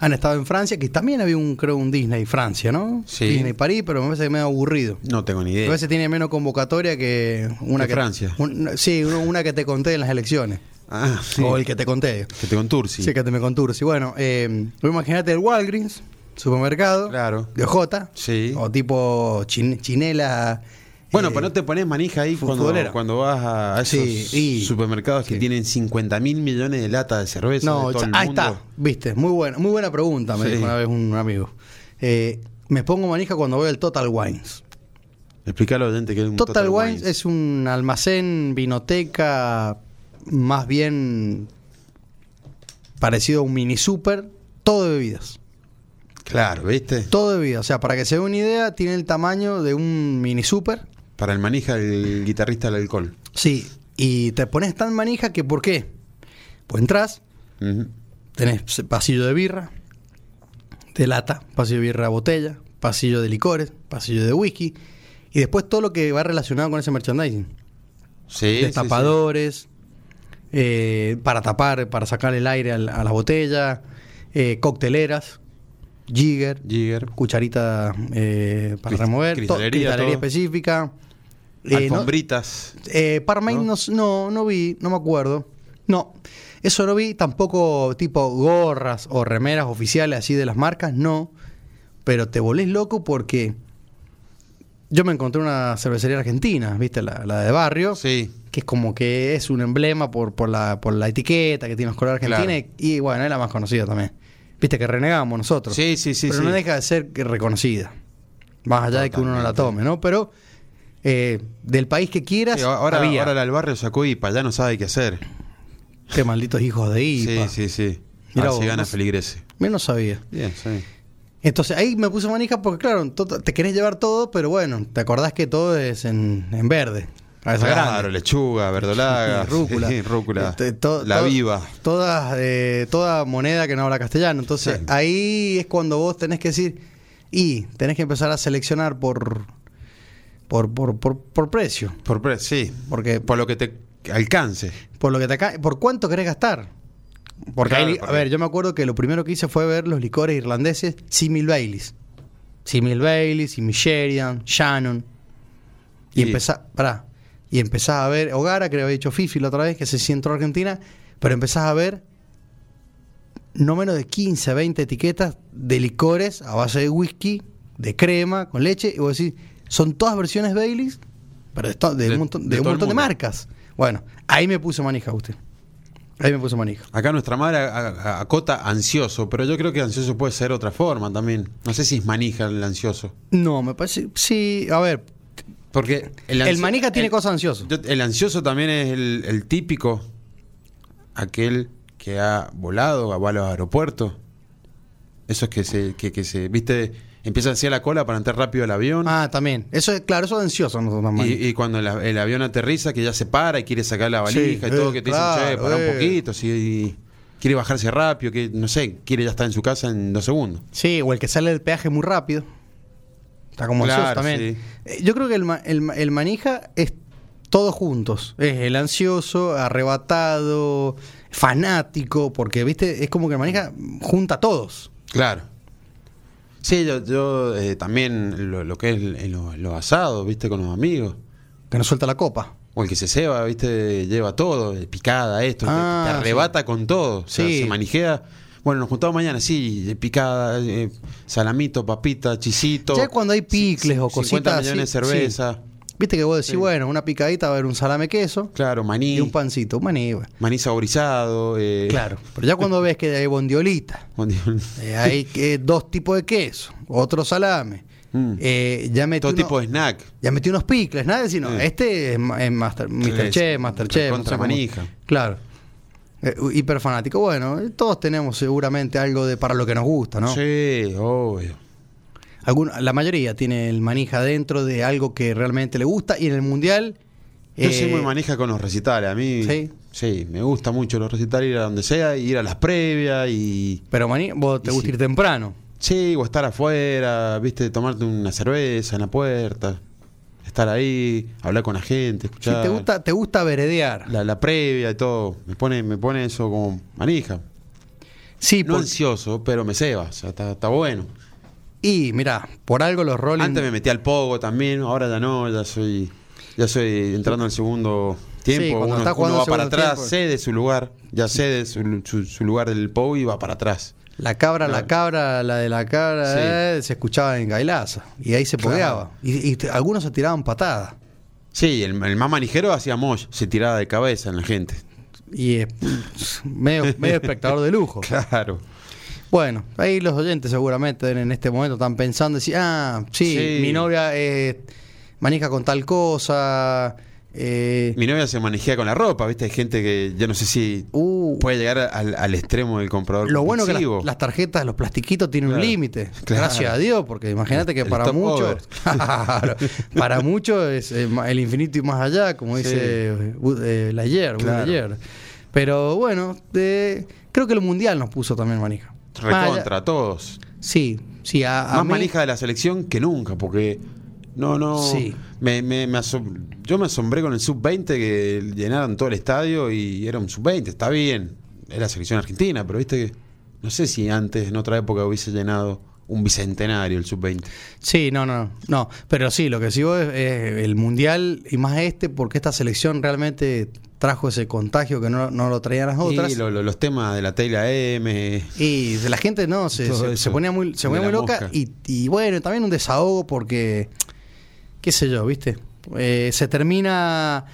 han estado en Francia, que también había un, creo, un Disney Francia, ¿no? Sí. Disney París, pero me parece que medio aburrido. No tengo ni A idea. veces tiene menos convocatoria que una Que que. Francia. un- sí, una que te conté en las elecciones. Ah, sí. O el que te conté. Que te conturci. Sí, que te me conturci. Bueno, eh, vos imaginate el Walgreens, supermercado. Claro. De Ojota. Sí. O tipo chin- chinela. Bueno, eh, pero no te pones manija ahí cuando, futbolera. cuando vas a esos Sí, y- supermercados que tienen 50 mil millones de latas de cerveza. No, de todo el ahí mundo. está, viste, muy buena, muy buena pregunta, me Sí. dijo una vez un amigo. Eh, me pongo manija cuando voy al Total Wines. Explícalo, gente, que es un Total, Wines, es un almacén, vinoteca, más bien parecido a un mini super, todo de bebidas. Claro, ¿viste? Todo de bebidas. O sea, para que se dé una idea, tiene el tamaño de un mini super. Para el manija el guitarrista del alcohol. Sí. Y te pones tan manija que ¿por qué? Pues entras, Ujú. Tenés pasillo de birra, de lata, pasillo de birra a botella, pasillo de licores, pasillo de whisky y después todo lo que va relacionado con ese merchandising. Sí, sí, Destapadores, eh, para tapar, para sacar el aire al- a, las botellas, eh, cocteleras, jigger, sí. Jigger, cucharita eh, para Crist- remover, to- cristalería, cristalería todo. específica. eh, no- alfombritas. eh, Parmaid ¿No? ¿No? no, no vi, no me acuerdo. No, eso no vi. Tampoco tipo gorras o remeras oficiales así de las marcas, no. Pero te volés loco porque yo me encontré una cervecería argentina, ¿viste? La, la de barrio. Sí. Que es como que es un emblema por, por, la, por la etiqueta que tiene los colores Claro. argentinos. Y bueno, es la más conocida también. Viste que renegamos nosotros. Sí, sí, sí, Pero sí. no deja de ser que reconocida. Más allá de que uno no la Totalmente. tome, ¿no? Pero eh, del país que quieras, Sí, ahora, había. ahora el barrio sacó IPA, ya no sabe qué hacer. Qué malditos hijos este de IPA. Sí, sí, sí. Mirá Así vos, gana no sé. Feligrese. Yo no sabía. Bien, sí. Entonces ahí me puse manija porque, claro, to- te querés llevar todo, pero bueno, te acordás que todo es en, en verde. Cabeza Claro, grande. Ah, <laughs> lechuga, verdolaga, Y rúcula. sí, rúcula. Este, to- la to- viva. Todas, eh, toda moneda que no habla castellano. Entonces Sí. ahí es cuando vos tenés que decir, y tenés que empezar a seleccionar por, por, por, por, por precio. Por, pre- sí, Eh, Porque por lo que te alcance. Por lo que te acá, ¿por cuánto querés gastar? Porque Claro, hay li- porque- a ver, yo me acuerdo que lo primero que hice fue ver los licores irlandeses Simil Baileys. Simil Baileys, Simil Sheridan, Shannon. Y, Y- empezá, pará, y empezás a ver Hogara, que le había dicho Fifi la otra vez, que se entró a Argentina, pero empezás a ver no menos de 15, 20 etiquetas de licores a base de whisky, de crema, con leche, y vos decís, son todas versiones Baileys, pero de, to- de De- un montón, de de un todo el montón de mundo. marcas. Bueno, ahí me puso manija usted. Ahí me puso manija. Acá nuestra madre a- a- acota ansioso, pero yo creo que ansioso puede ser otra forma también. No sé si es manija el ansioso. No, me parece. Sí, a ver. Porque El manija tiene cosas cosas ansiosas. Yo- El ansioso también es el, el típico, aquel que ha volado, va a los aeropuertos. Esos que se, que, que se, viste, empiezan a hacer la cola para entrar rápido al avión. Ah, también. Eso es, claro, eso es ansioso nosotros también. y, y cuando la- el avión aterriza, que ya se para y quiere sacar la valija y Sí, todo, eh, que te dicen, che, claro, para eh". un poquito, si y quiere bajarse rápido, que no sé, quiere ya estar en su casa en dos segundos. Sí, o el que sale del peaje muy rápido. Está como Claro, ansioso también. sí. Eh, Yo creo que el, ma- el ma- el manija es todos juntos. Es el ansioso, arrebatado, fanático, porque, viste, es como que el manija junta a todos. Claro. Sí, yo, yo, eh, también lo, lo que es el- los los asados, viste, con los amigos. Que no suelta la copa. O el que se ceba, ¿viste? Lleva todo, eh, picada, esto, te- Ah, te, arrebata con todo. O sea, Sí. se manijea. Bueno, nos juntamos mañana, sí, eh, picada, eh, salamito, papita, chisito. Ya cuando hay picles o 50 cositas millones así, de cerveza. Viste que vos decís, Sí. bueno, una picadita va a haber un salame queso Claro, maní. y un pancito, un maní. bueno. Maní saborizado. eh, Claro. Pero ya cuando ves que hay bondiolita, con- <laughs> eh, hay eh, dos tipos de queso, otro salame, Mm. eh, ya metí todo uno- tipo de snack. ya metí unos picles, nada, sino Sí. este es, ma- es master, Mr. es Chef, Master Chef, no recontra sé cómo- manija. Claro. Eh, u- hiperfanático. Bueno, eh, todos tenemos seguramente algo de para lo que nos gusta, ¿no? Sí, obvio. Algun- la mayoría tiene el manija dentro de algo que realmente le gusta y en el mundial. Yo eh, soy muy manija con los recitales. A mí. ¿Sí? sí, me gusta mucho los recitales, ir a donde sea, ir a las previas y. Pero mani- vos te Y gusta sí. ir temprano. Sí, o estar afuera, viste, tomarte una cerveza en la puerta, estar ahí, hablar con la Si gente, escuchar te gusta, te gusta veredear. la, la previa y todo. Me pone, me pone eso como manija. Sí, no ansioso, pero me ceba. O sea, está, está bueno. Y mira, por algo los Rolling. Antes me metí al pogo también, ahora ya no, ya soy. Ya soy entrando al segundo tiempo. Sí, cuando uno, está jugando uno va al para segundo tiempo. atrás, cede su lugar. Ya cede su, su- su lugar del pogo y va para atrás. La cabra, la cabra, la de la cabra, Sí. eh, se escuchaba en Gailaza. Y ahí se Claro. pogueaba. Y, y te- algunos se tiraban patadas. Sí, el, el más manijero hacía mosh, se tiraba de cabeza en la <laughs> gente. Y eh, <laughs> medio, medio espectador de lujo. Claro. Bueno, ahí los oyentes seguramente en en este momento están pensando, decir, ah, sí, Sí. mi novia eh, maneja con tal cosa. eh, Mi novia se manejea con la ropa, ¿viste? Hay gente que yo no sé si uh, puede llegar al, al extremo del comprador. lo bueno que las, compulsivo. las tarjetas, los plastiquitos tienen un Claro. límite. Claro. Gracias a Dios, porque imagínate que El para top muchos, over. <laughs> Claro, para muchos es eh, ma- el infinito y más allá, como Sí. dice eh, Wood- eh, Layer, Wood Claro. Layer. Pero bueno, eh, creo que el mundial nos puso también manija. Más allá- Recontra, todos. Sí, sí, a, a Más mí- manija de la selección que nunca, porque no, no. Sí. Me, me- me asom- yo me asombré con el sub-20 que llenaron todo el estadio y era un sub-20, está bien. Es la selección argentina, pero viste que. No sé si antes, en otra época, hubiese llenado un bicentenario el sub-20. Sí, no, no, no. Pero sí, lo que sí vos es, eh, el mundial y más este, porque esta selección realmente trajo ese contagio que no, no lo traían las otras. Y lo- lo- los temas de la tela M. Y la gente no, se, Todo se- se eso. ponía muy, se De ponía la muy loca. mosca. Y, y bueno, también un desahogo porque, qué sé yo, ¿viste? Eh, se termina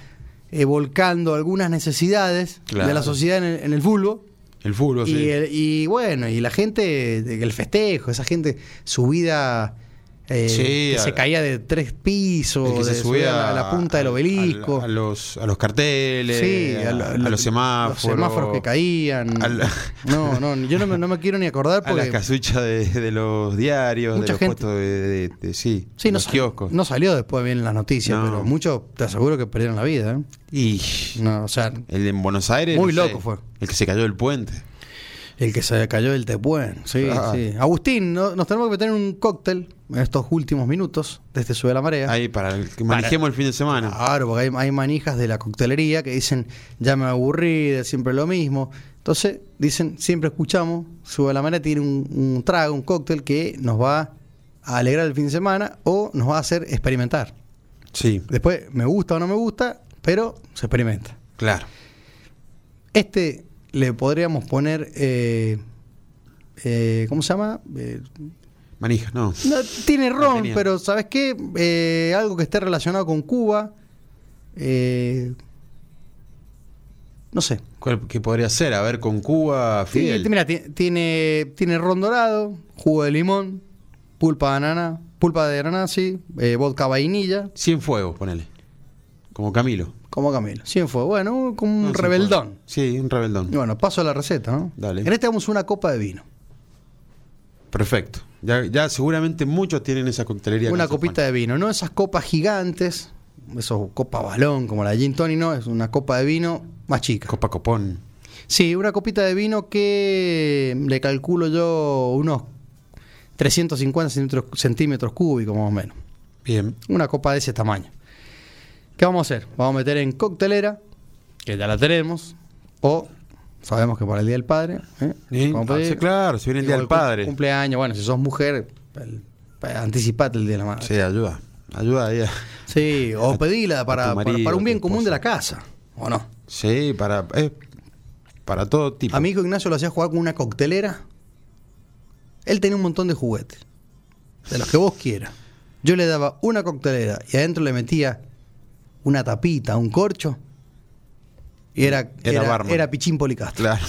eh, volcando algunas necesidades Claro. de la sociedad en el, en el fútbol. El fútbol, Y, sí. el- y bueno, y la gente, el festejo, esa gente, su vida. eh, Sí, que se al- caía de tres pisos, El que se de- subía a la, a la punta del al- obelisco. al- A, los, a los carteles, Sí, a, a lo- a lo- los semáforos. Los semáforos que caían. al- No, no, yo no me, no me quiero ni acordar <laughs> A las porque. casuchas de, de los diarios, Mucha de los gente- puestos de, de- de- sí, Sí, de no, los sal- kioscos. no salió después bien en las noticias, No. pero muchos te aseguro que perdieron la vida. ¿eh? Y No, o sea, el en Buenos Aires. Muy no sé, loco fue. El que se cayó del puente. el que se cayó del Tepuén. Sí, Ah. sí. Agustín, no- nos tenemos que meter en un cóctel en estos últimos minutos, desde Sube la Marea. Ahí para el que manejemos el fin de semana. Claro, porque hay, hay manijas de la coctelería que dicen, ya me aburrí, de siempre lo mismo. Entonces, dicen, siempre escuchamos, sube a la mano, tiene un, un trago, un cóctel que nos va a alegrar el fin de semana o nos va a hacer experimentar. Sí, Después, me gusta o no me gusta, pero se experimenta. claro. Este le podríamos poner, eh, eh, ¿cómo se llama? Eh, Manija, no. no, tiene ron, tenía. pero ¿sabes qué? Eh, algo que esté relacionado con Cuba. eh, no sé. ¿Cuál- ¿Qué podría ser? A ver, con Cuba, Fidel. Sí, mira, ti- tiene, tiene ron dorado, jugo de limón, pulpa de banana, pulpa de granada, sí, eh, vodka vainilla, Cien fuegos, ponele. Como Camilo. como Camilo. Sí, fue bueno, como un No, Cien rebeldón. Fuegos. Sí, un rebeldón. Bueno, paso a la receta, ¿no? Dale. En este vamos una copa de vino. Perfecto. Ya, ya seguramente muchos tienen esa coctelería. Una copita de vino, no esas copas gigantes, esos copa balón como la de Gin Tony, no, es una copa de vino más chica. Copa Copón. Sí, una copita de vino que le calculo yo unos 350 centímetros, centímetros cúbicos más o menos. Bien. Una copa de ese tamaño. ¿Qué vamos a hacer? Vamos a meter en coctelera, que ya la tenemos, o sabemos que para el Día del Padre. ¿eh? Eh, Vamos a ah, pedir- sí, claro, si viene el Día Igual del cum- Padre. Cumpleaños, bueno, si sos mujer, el- eh, anticipate el Día de la Madre. Sí, ayuda. Ayuda ahí. a- Sí, o pedila a para, para, tu marido, para un a tu bien común de la esposa. casa, ¿o no? Sí, para, eh, para todo tipo. A mi hijo Ignacio lo hacía jugar con una coctelera. Él tenía un montón de juguetes, de los que vos quieras. Yo le daba una coctelera y adentro le metía una tapita, un corcho. Y era, Era era, barman. era Pichín Policastro. Claro.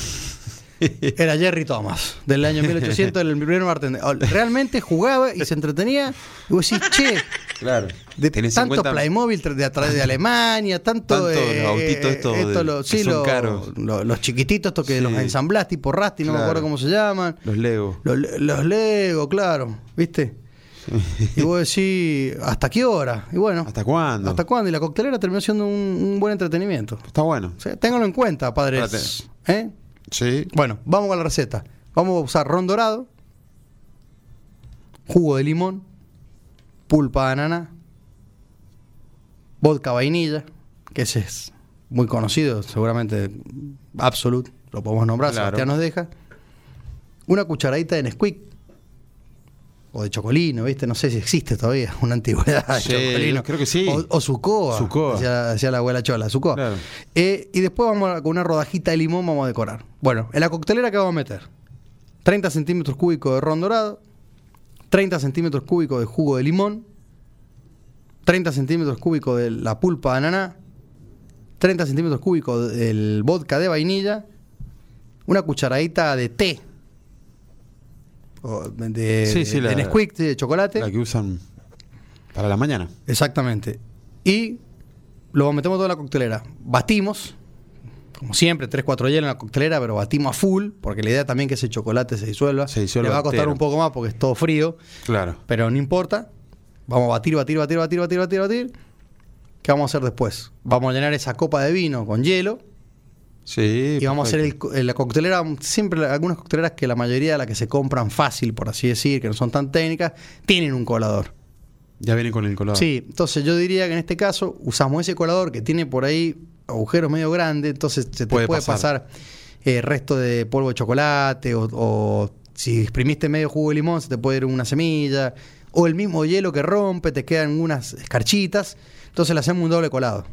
Era Jerry Thomas, del año 1800, el primer bartender. <laughs> Realmente jugaba y se entretenía. Y vos decís, che, claro. De Tenés tanto 50 Playmobil tra- de atrás de Alemania, tanto, Tanto los eh, autitos estos esto, de- lo- que sí, son lo- caros. lo- los chiquititos estos que Sí. los ensamblás tipo Rusty, no me Claro. acuerdo cómo se llaman. Los Lego. Los, le- los Lego, claro, ¿viste? Y vos decís, ¿hasta qué hora? Y bueno, ¿Hasta cuándo? ¿hasta cuándo? Y la coctelera terminó siendo un, un buen entretenimiento. Está bueno. O sea, ténganlo en cuenta, padres. ¿Eh? Sí. Bueno, vamos a la receta. Vamos a usar ron dorado, jugo de limón, pulpa de ananá, vodka vainilla, que ese es muy conocido, seguramente Absolut, lo podemos nombrar, Claro. Sebastián nos deja. una cucharadita de Nesquik. O de chocolino, ¿viste? No sé si existe todavía una antigüedad de Sí, chocolino. creo que sí. O, o sucoa. Sucoa. Hacia, hacia la abuela Chola, sucoa. Eh, y después vamos a- con una rodajita de limón, vamos a decorar. Bueno, en la coctelera que vamos a meter: 30 centímetros cúbicos de ron dorado, 30 centímetros cúbicos de jugo de limón, 30 centímetros cúbicos de la pulpa de ananá, 30 centímetros cúbicos del vodka de vainilla, una cucharadita de té, o de, Sí, sí, de- la- de Nesquik, de chocolate. La que usan para la mañana. Exactamente. Y lo metemos todo en la coctelera. Batimos, como siempre, 3-4 hielos en la coctelera, pero batimos a full, porque la idea también es que ese chocolate se disuelva. Se disuelva Le va a costar entero. un poco más porque es todo frío, Claro. pero no importa. Vamos a batir, batir, batir, batir, batir, batir, batir. ¿Qué vamos a hacer después? Vamos a llenar esa copa de vino con hielo Sí. y vamos a hacer el co- eh, la coctelera, siempre la- algunas cocteleras que la mayoría de las que se compran fácil, por así decir, que no son tan técnicas, tienen un colador. Ya viene con el color. Sí, entonces yo diría que en este caso usamos ese colador que tiene por ahí agujeros medio grandes, entonces se te puede, Puede pasar, pasar. eh, resto de polvo de chocolate o, o si exprimiste medio jugo de limón se te puede ir una semilla o el mismo hielo que rompe, te quedan unas escarchitas, entonces le hacemos un doble colado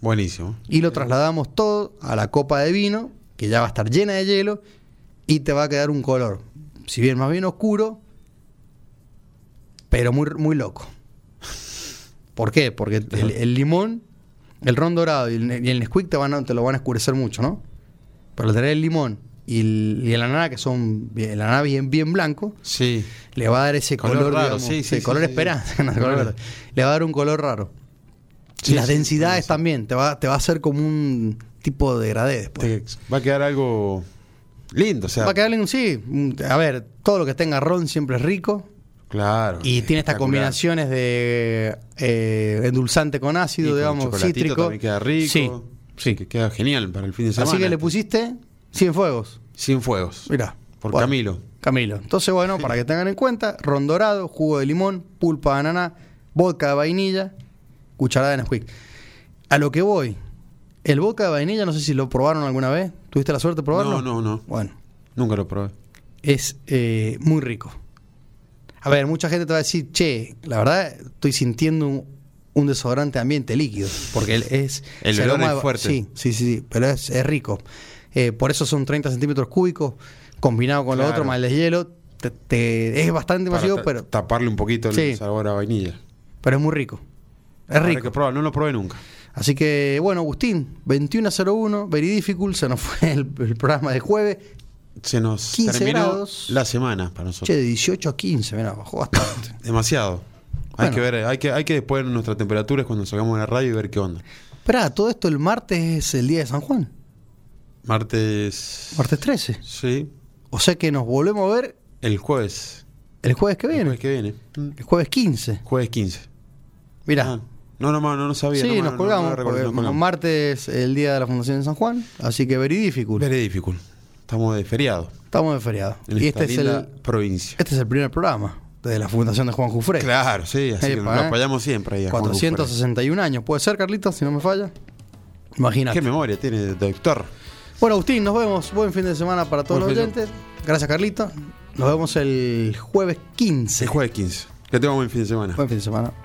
Buenísimo. y lo trasladamos todo a la copa de vino que ya va a estar llena de hielo y te va a quedar un color, si bien más bien oscuro, pero muy, muy loco. ¿Por qué? Porque el, el limón, el ron dorado y el, y el Nesquik te, van a- te lo van a oscurecer mucho, ¿no? Pero al tener el limón y el, y el ananá, que son bien- el ananá bien, bien blanco, Sí. le va a dar ese color, Color raro, digamos, sí, ese sí, sí, color sí, sí. esperanza, <laughs> no, color Claro. verde. le va a dar un color raro. Sí, y las sí, densidades también, te va, te va a hacer como un tipo de degradé después. Te- va a quedar algo lindo, o sea. pues. va a quedar en un sí. un- A ver, todo lo que tenga ron siempre es rico. Claro. Y tiene estas espectacular. combinaciones de eh, endulzante con Y ácido, con digamos, chocolatito cítrico. También queda rico. Sí. Que queda genial para el fin de semana. Así que le pusiste 100 fuegos. Sin fuegos. Mirá. Por Bueno, Camilo. Camilo. Entonces, bueno, para que tengan en cuenta, ron dorado, jugo de limón, pulpa de ananá, vodka de vainilla, cucharada de Nesquik. A lo que voy, el vodka de vainilla, no sé si lo probaron alguna vez. ¿Tuviste la suerte de probarlo? No, no, no. Bueno, Nunca lo probé. es eh, muy rico. A ver, mucha gente te va a decir, che, la verdad estoy sintiendo un, un desodorante de ambiente líquido, porque el- es... El ese olor aroma es de- fuerte. Sí, sí, sí, sí, pero es, es rico. Eh, por eso son 30 centímetros cúbicos, combinado con lo Claro. otro, más el deshielo, te- te- es bastante Para masivo, ta- pero, taparle un poquito el Sí. sabor a vainilla. pero es muy rico. Es Habrá rico. que probar, no lo probé nunca. Así que, bueno, Agustín, 21.01, Veridificul, se nos fue el, el programa de jueves. Se nos 15 terminó grados. la semana para nosotros. Che, de 18 a 15, mira, bajó bastante. Demasiado. Hay Bueno. que ver, hay que, hay que después nuestras temperaturas cuando salgamos de la radio y ver qué onda. Esperá, todo esto el martes es el día de San Juan, Martes. martes 13. Sí. O sea que nos volvemos a ver El jueves. el jueves que El viene, jueves que viene. Mm. el jueves 15. Jueves 15. Mirá, Ah, no, no, no, no, no sabía. sí, no, no, nos no, colgamos, no lo porque recuerdo, nos colgamos. martes el día de la Fundación de San Juan, así que veridificul. Veré difícil. Estamos de feriado Estamos de feriado. en Y esta este es, linda el, provincia. este es el primer programa de la Fundación de Juan Jufre. Claro, sí, así que Epa, nos eh. apoyamos siempre ahí. a Juan 461 años, puede ser, Carlitos, si no me falla. Rufre. Imagínate. Qué memoria tiene de doctor. Bueno, Agustín, nos vemos. Buen fin de semana para todos Buen los fin de- oyentes. Gracias, Carlitos. Nos vemos el jueves 15. El jueves 15. Que tenga buen fin de semana. Buen fin de semana.